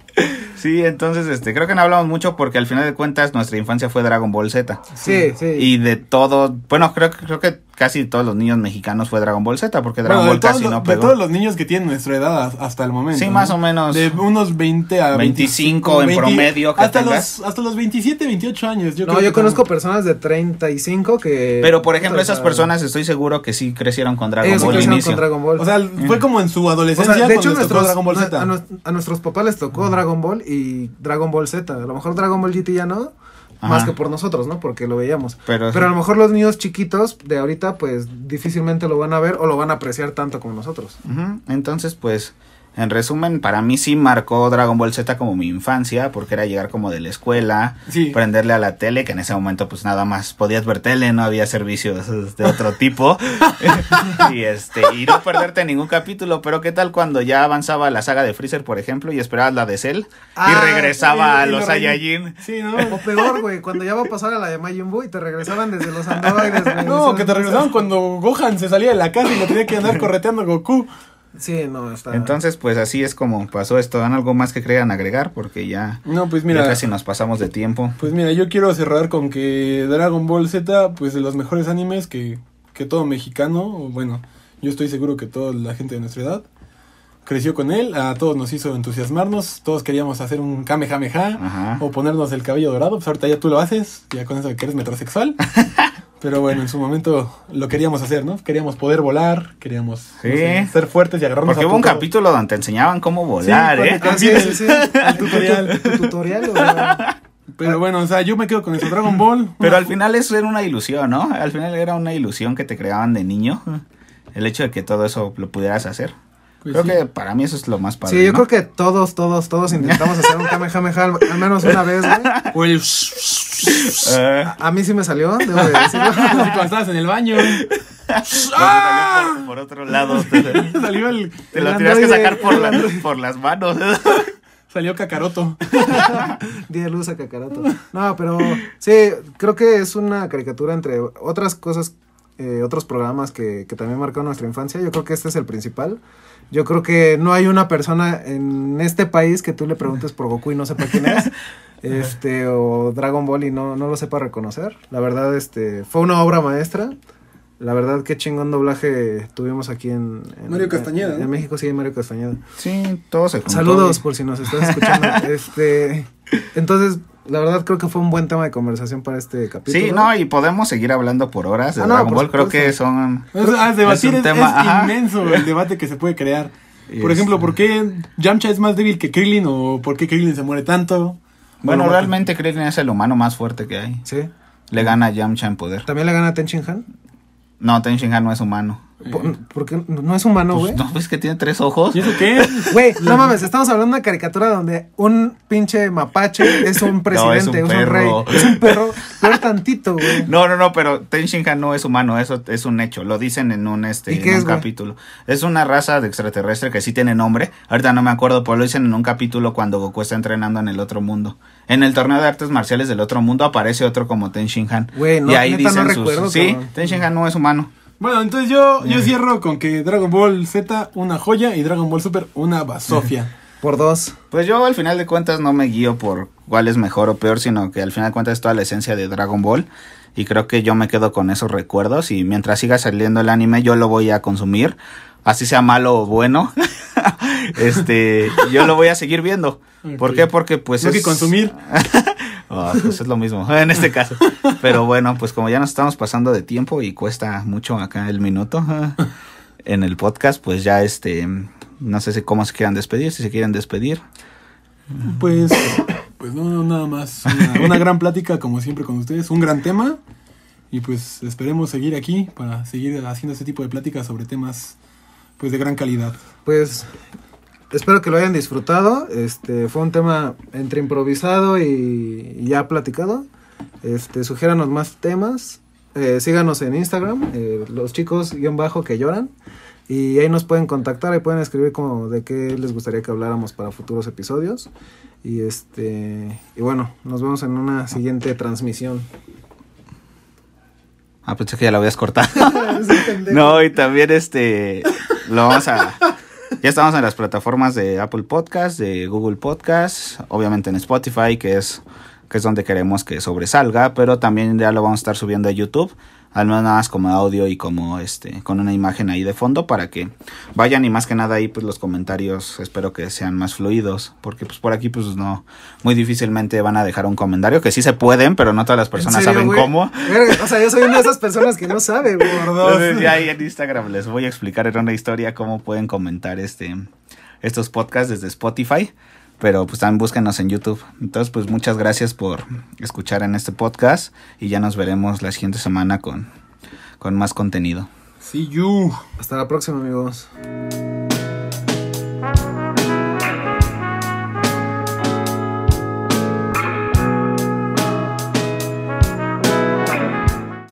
Sí, entonces este, creo que no hablamos mucho porque al final de cuentas nuestra infancia fue Dragon Ball Z. Sí, sí. Y de todo, bueno, creo, que- creo que casi todos los niños mexicanos fue Dragon Ball Z porque Dragon Bueno, de, Ball todos casi los, no de pegó. todos los niños que tienen nuestra edad as- hasta el momento. Sí, ¿no? más o menos. De unos 20 a 25 en promedio que hasta tengas. los, hasta los 27, 28 años. Yo no, creo yo que conozco tengo. personas de 35 que. Pero por ejemplo, o sea, esas personas estoy seguro que sí crecieron con Dragon Ellos sí Ball crecieron inicio. con Dragon Ball. O sea, fue Mm. como en su O adolescencia sea, de hecho, cuando les tocó nuestros- Dragon Ball Z. a, nos- a nuestros papás les tocó Dragon Ball y Dragon Ball Z. A lo mejor Dragon Ball GT ya no, Ajá. más que por nosotros, ¿no? Porque lo veíamos. Pero- Pero, a lo mejor los niños chiquitos de ahorita, pues difícilmente lo van a ver o lo van a apreciar tanto como nosotros. Ujú, Entonces, pues, en resumen, para mí sí marcó Dragon Ball Z como mi infancia, porque era llegar como de la escuela, Sí. prenderle a la tele, que en ese momento pues nada más podías ver tele, no había servicios de otro tipo, y este, y no perderte ningún capítulo, pero qué tal cuando ya avanzaba la saga de Freezer, por ejemplo, y esperabas la de Cell, Ah, y regresaba y- y a los lo- Saiyajin. Sí, ¿no? O peor, güey, cuando ya va a pasar a la de Majin Buu y te regresaban desde los androides, güey. Ah, No, Eso- que te regresaban cuando Gohan se salía de la casa y lo tenía que andar correteando a Goku. Sí, no, está. Entonces, pues así es como pasó esto. ¿Dan algo más que crean agregar? Porque ya, No, pues ya mira. casi nos pasamos de tiempo. Pues mira, yo quiero cerrar con que Dragon Ball Z, pues de los mejores animes que, que todo mexicano, o bueno, yo estoy seguro que toda la gente de nuestra edad creció con él, a todos nos hizo entusiasmarnos, todos queríamos hacer un kamehameha Ajá. o ponernos el cabello dorado, pues ahorita ya tú lo haces, ya con eso de que eres metrosexual. Pero bueno, en su momento lo queríamos hacer, ¿no? Queríamos poder volar, queríamos Sí. no sé, ser fuertes y agarrarnos Porque a hubo un putazos. capítulo donde te enseñaban cómo volar, para ¿eh? que- Ah, sí, sí, sí. El tutorial. tutorial. Tu tutorial, o sea, Pero bueno, o sea, yo me quedo con eso. Dragon Ball. Pero al final eso era una ilusión, ¿no? Al final era una ilusión que te creaban de niño. El hecho de que todo eso lo pudieras hacer. Pues creo sí. que para mí eso es lo más padre. Sí, yo ¿no? creo que todos, todos, todos intentamos hacer un Kamehameha al, al menos una vez, güey. O el- Eh, A mí sí me salió, debo de decirlo. cuando estabas en el baño. ¡Ah! salió por, por otro lado. Te, Salió el. te lo El tenías que androide. sacar por, la- por las manos. Salió cacaroto. Día de luz a Kakaroto. No, pero sí, creo que es una caricatura entre otras cosas, eh, otros programas que, que también marcaron nuestra infancia. Yo creo que este es el principal. Yo creo que no hay una persona en este país que tú le preguntes por Goku y no sepa quién es. Este, o Dragon Ball y no, no lo sepa reconocer. La verdad, este, fue una obra maestra. La verdad, qué chingón doblaje tuvimos aquí en... en- Mario Castañeda, En, ¿no? en México, sí, Mario Castañeda. Sí, todo se juntó. Saludos por si nos estás escuchando. este, entonces, la verdad creo que fue un buen tema de conversación para este capítulo. Sí, no, y podemos seguir hablando por horas de Ah, no, Dragon por Ball. Creo supuesto. que son. O sea, debatir un es, tema, es ajá. inmenso el debate que se puede crear. Por Este. ejemplo, ¿por qué Yamcha es más débil que Krillin o por qué Krillin se muere tanto? Bueno, Bueno, realmente Krillin es el humano más fuerte que hay. Sí. Le gana a Yamcha en poder. También le gana a Ten Shin Han. No, Ten Shin Han no es humano. Por- Porque no es humano, güey. Eh. Pues, ¿No ves que tiene tres ojos? ¿Y eso qué? Güey, no mames, estamos hablando de una caricatura donde un pinche mapache es un presidente, un es, un perro. rey, es un perro, peor tantito, güey. No, no, no, pero Ten Shin Han no es humano, eso es un hecho. Lo dicen en un, este, ¿Y qué en un es, güey? capítulo. Es una raza de extraterrestre que sí tiene nombre. Ahorita no me acuerdo, pero lo dicen en un capítulo cuando Goku está entrenando en el otro mundo. En el torneo de artes marciales del otro mundo aparece otro como Ten Shin Han. Güey, no, y ahí neta, no dicen sus- recuerdo, Sí, cabrón. Ten Shin Han no es humano. Bueno, entonces yo, yo cierro con que Dragon Ball Z una joya y Dragon Ball Super una basofia. Por dos. Pues yo al final de cuentas no me guío por cuál es mejor o peor, sino que al final de cuentas es toda la esencia de Dragon Ball. Y creo que yo me quedo con esos recuerdos y mientras siga saliendo el anime yo lo voy a consumir, así sea malo o bueno. este, yo lo voy a seguir viendo. ¿Por Ok. qué? Porque pues Tengo es que consumir. Ah, pues es lo mismo en este caso. Pero bueno, pues como ya nos estamos pasando de tiempo y cuesta mucho acá el minuto ah, en el podcast, pues ya este no sé si cómo se quieran despedir, si se quieren despedir. Pues, pues no, no, nada más. Una, una gran plática, como siempre, con ustedes. Un gran tema. Y pues esperemos seguir aquí para seguir haciendo este tipo de pláticas sobre temas pues de gran calidad. Pues espero que lo hayan disfrutado. Este fue un tema entre improvisado y, y ya platicado. Este, sugiéranos más temas. Eh, síganos en Instagram, eh, los chicos guión bajo que lloran. Y ahí nos pueden contactar, ahí pueden escribir como de qué les gustaría que habláramos para futuros episodios. Y este y bueno, nos vemos en una siguiente transmisión. Ah, pensé que ya la habías cortado. no, y también este lo vamos a ya estamos en las plataformas de Apple Podcast, de Google Podcast, obviamente en Spotify, que es que es donde queremos que sobresalga, pero también ya lo vamos a estar subiendo a YouTube, al menos nada más como audio y como este con una imagen ahí de fondo para que vayan y más que nada ahí pues los comentarios espero que sean más fluidos, porque pues por aquí pues no muy difícilmente van a dejar un comentario que sí se pueden, pero no todas las personas ¿En serio, saben güey? cómo. Verga, O sea, yo soy una de esas personas que no sabe, güey. Entonces, ya ahí en Instagram les voy a explicar en una historia cómo pueden comentar este estos podcasts desde Spotify. Pero pues también búsquenos en YouTube. Entonces, pues muchas gracias por escuchar en este podcast. Y ya nos veremos la siguiente semana con, con más contenido. See you. Hasta la próxima, amigos.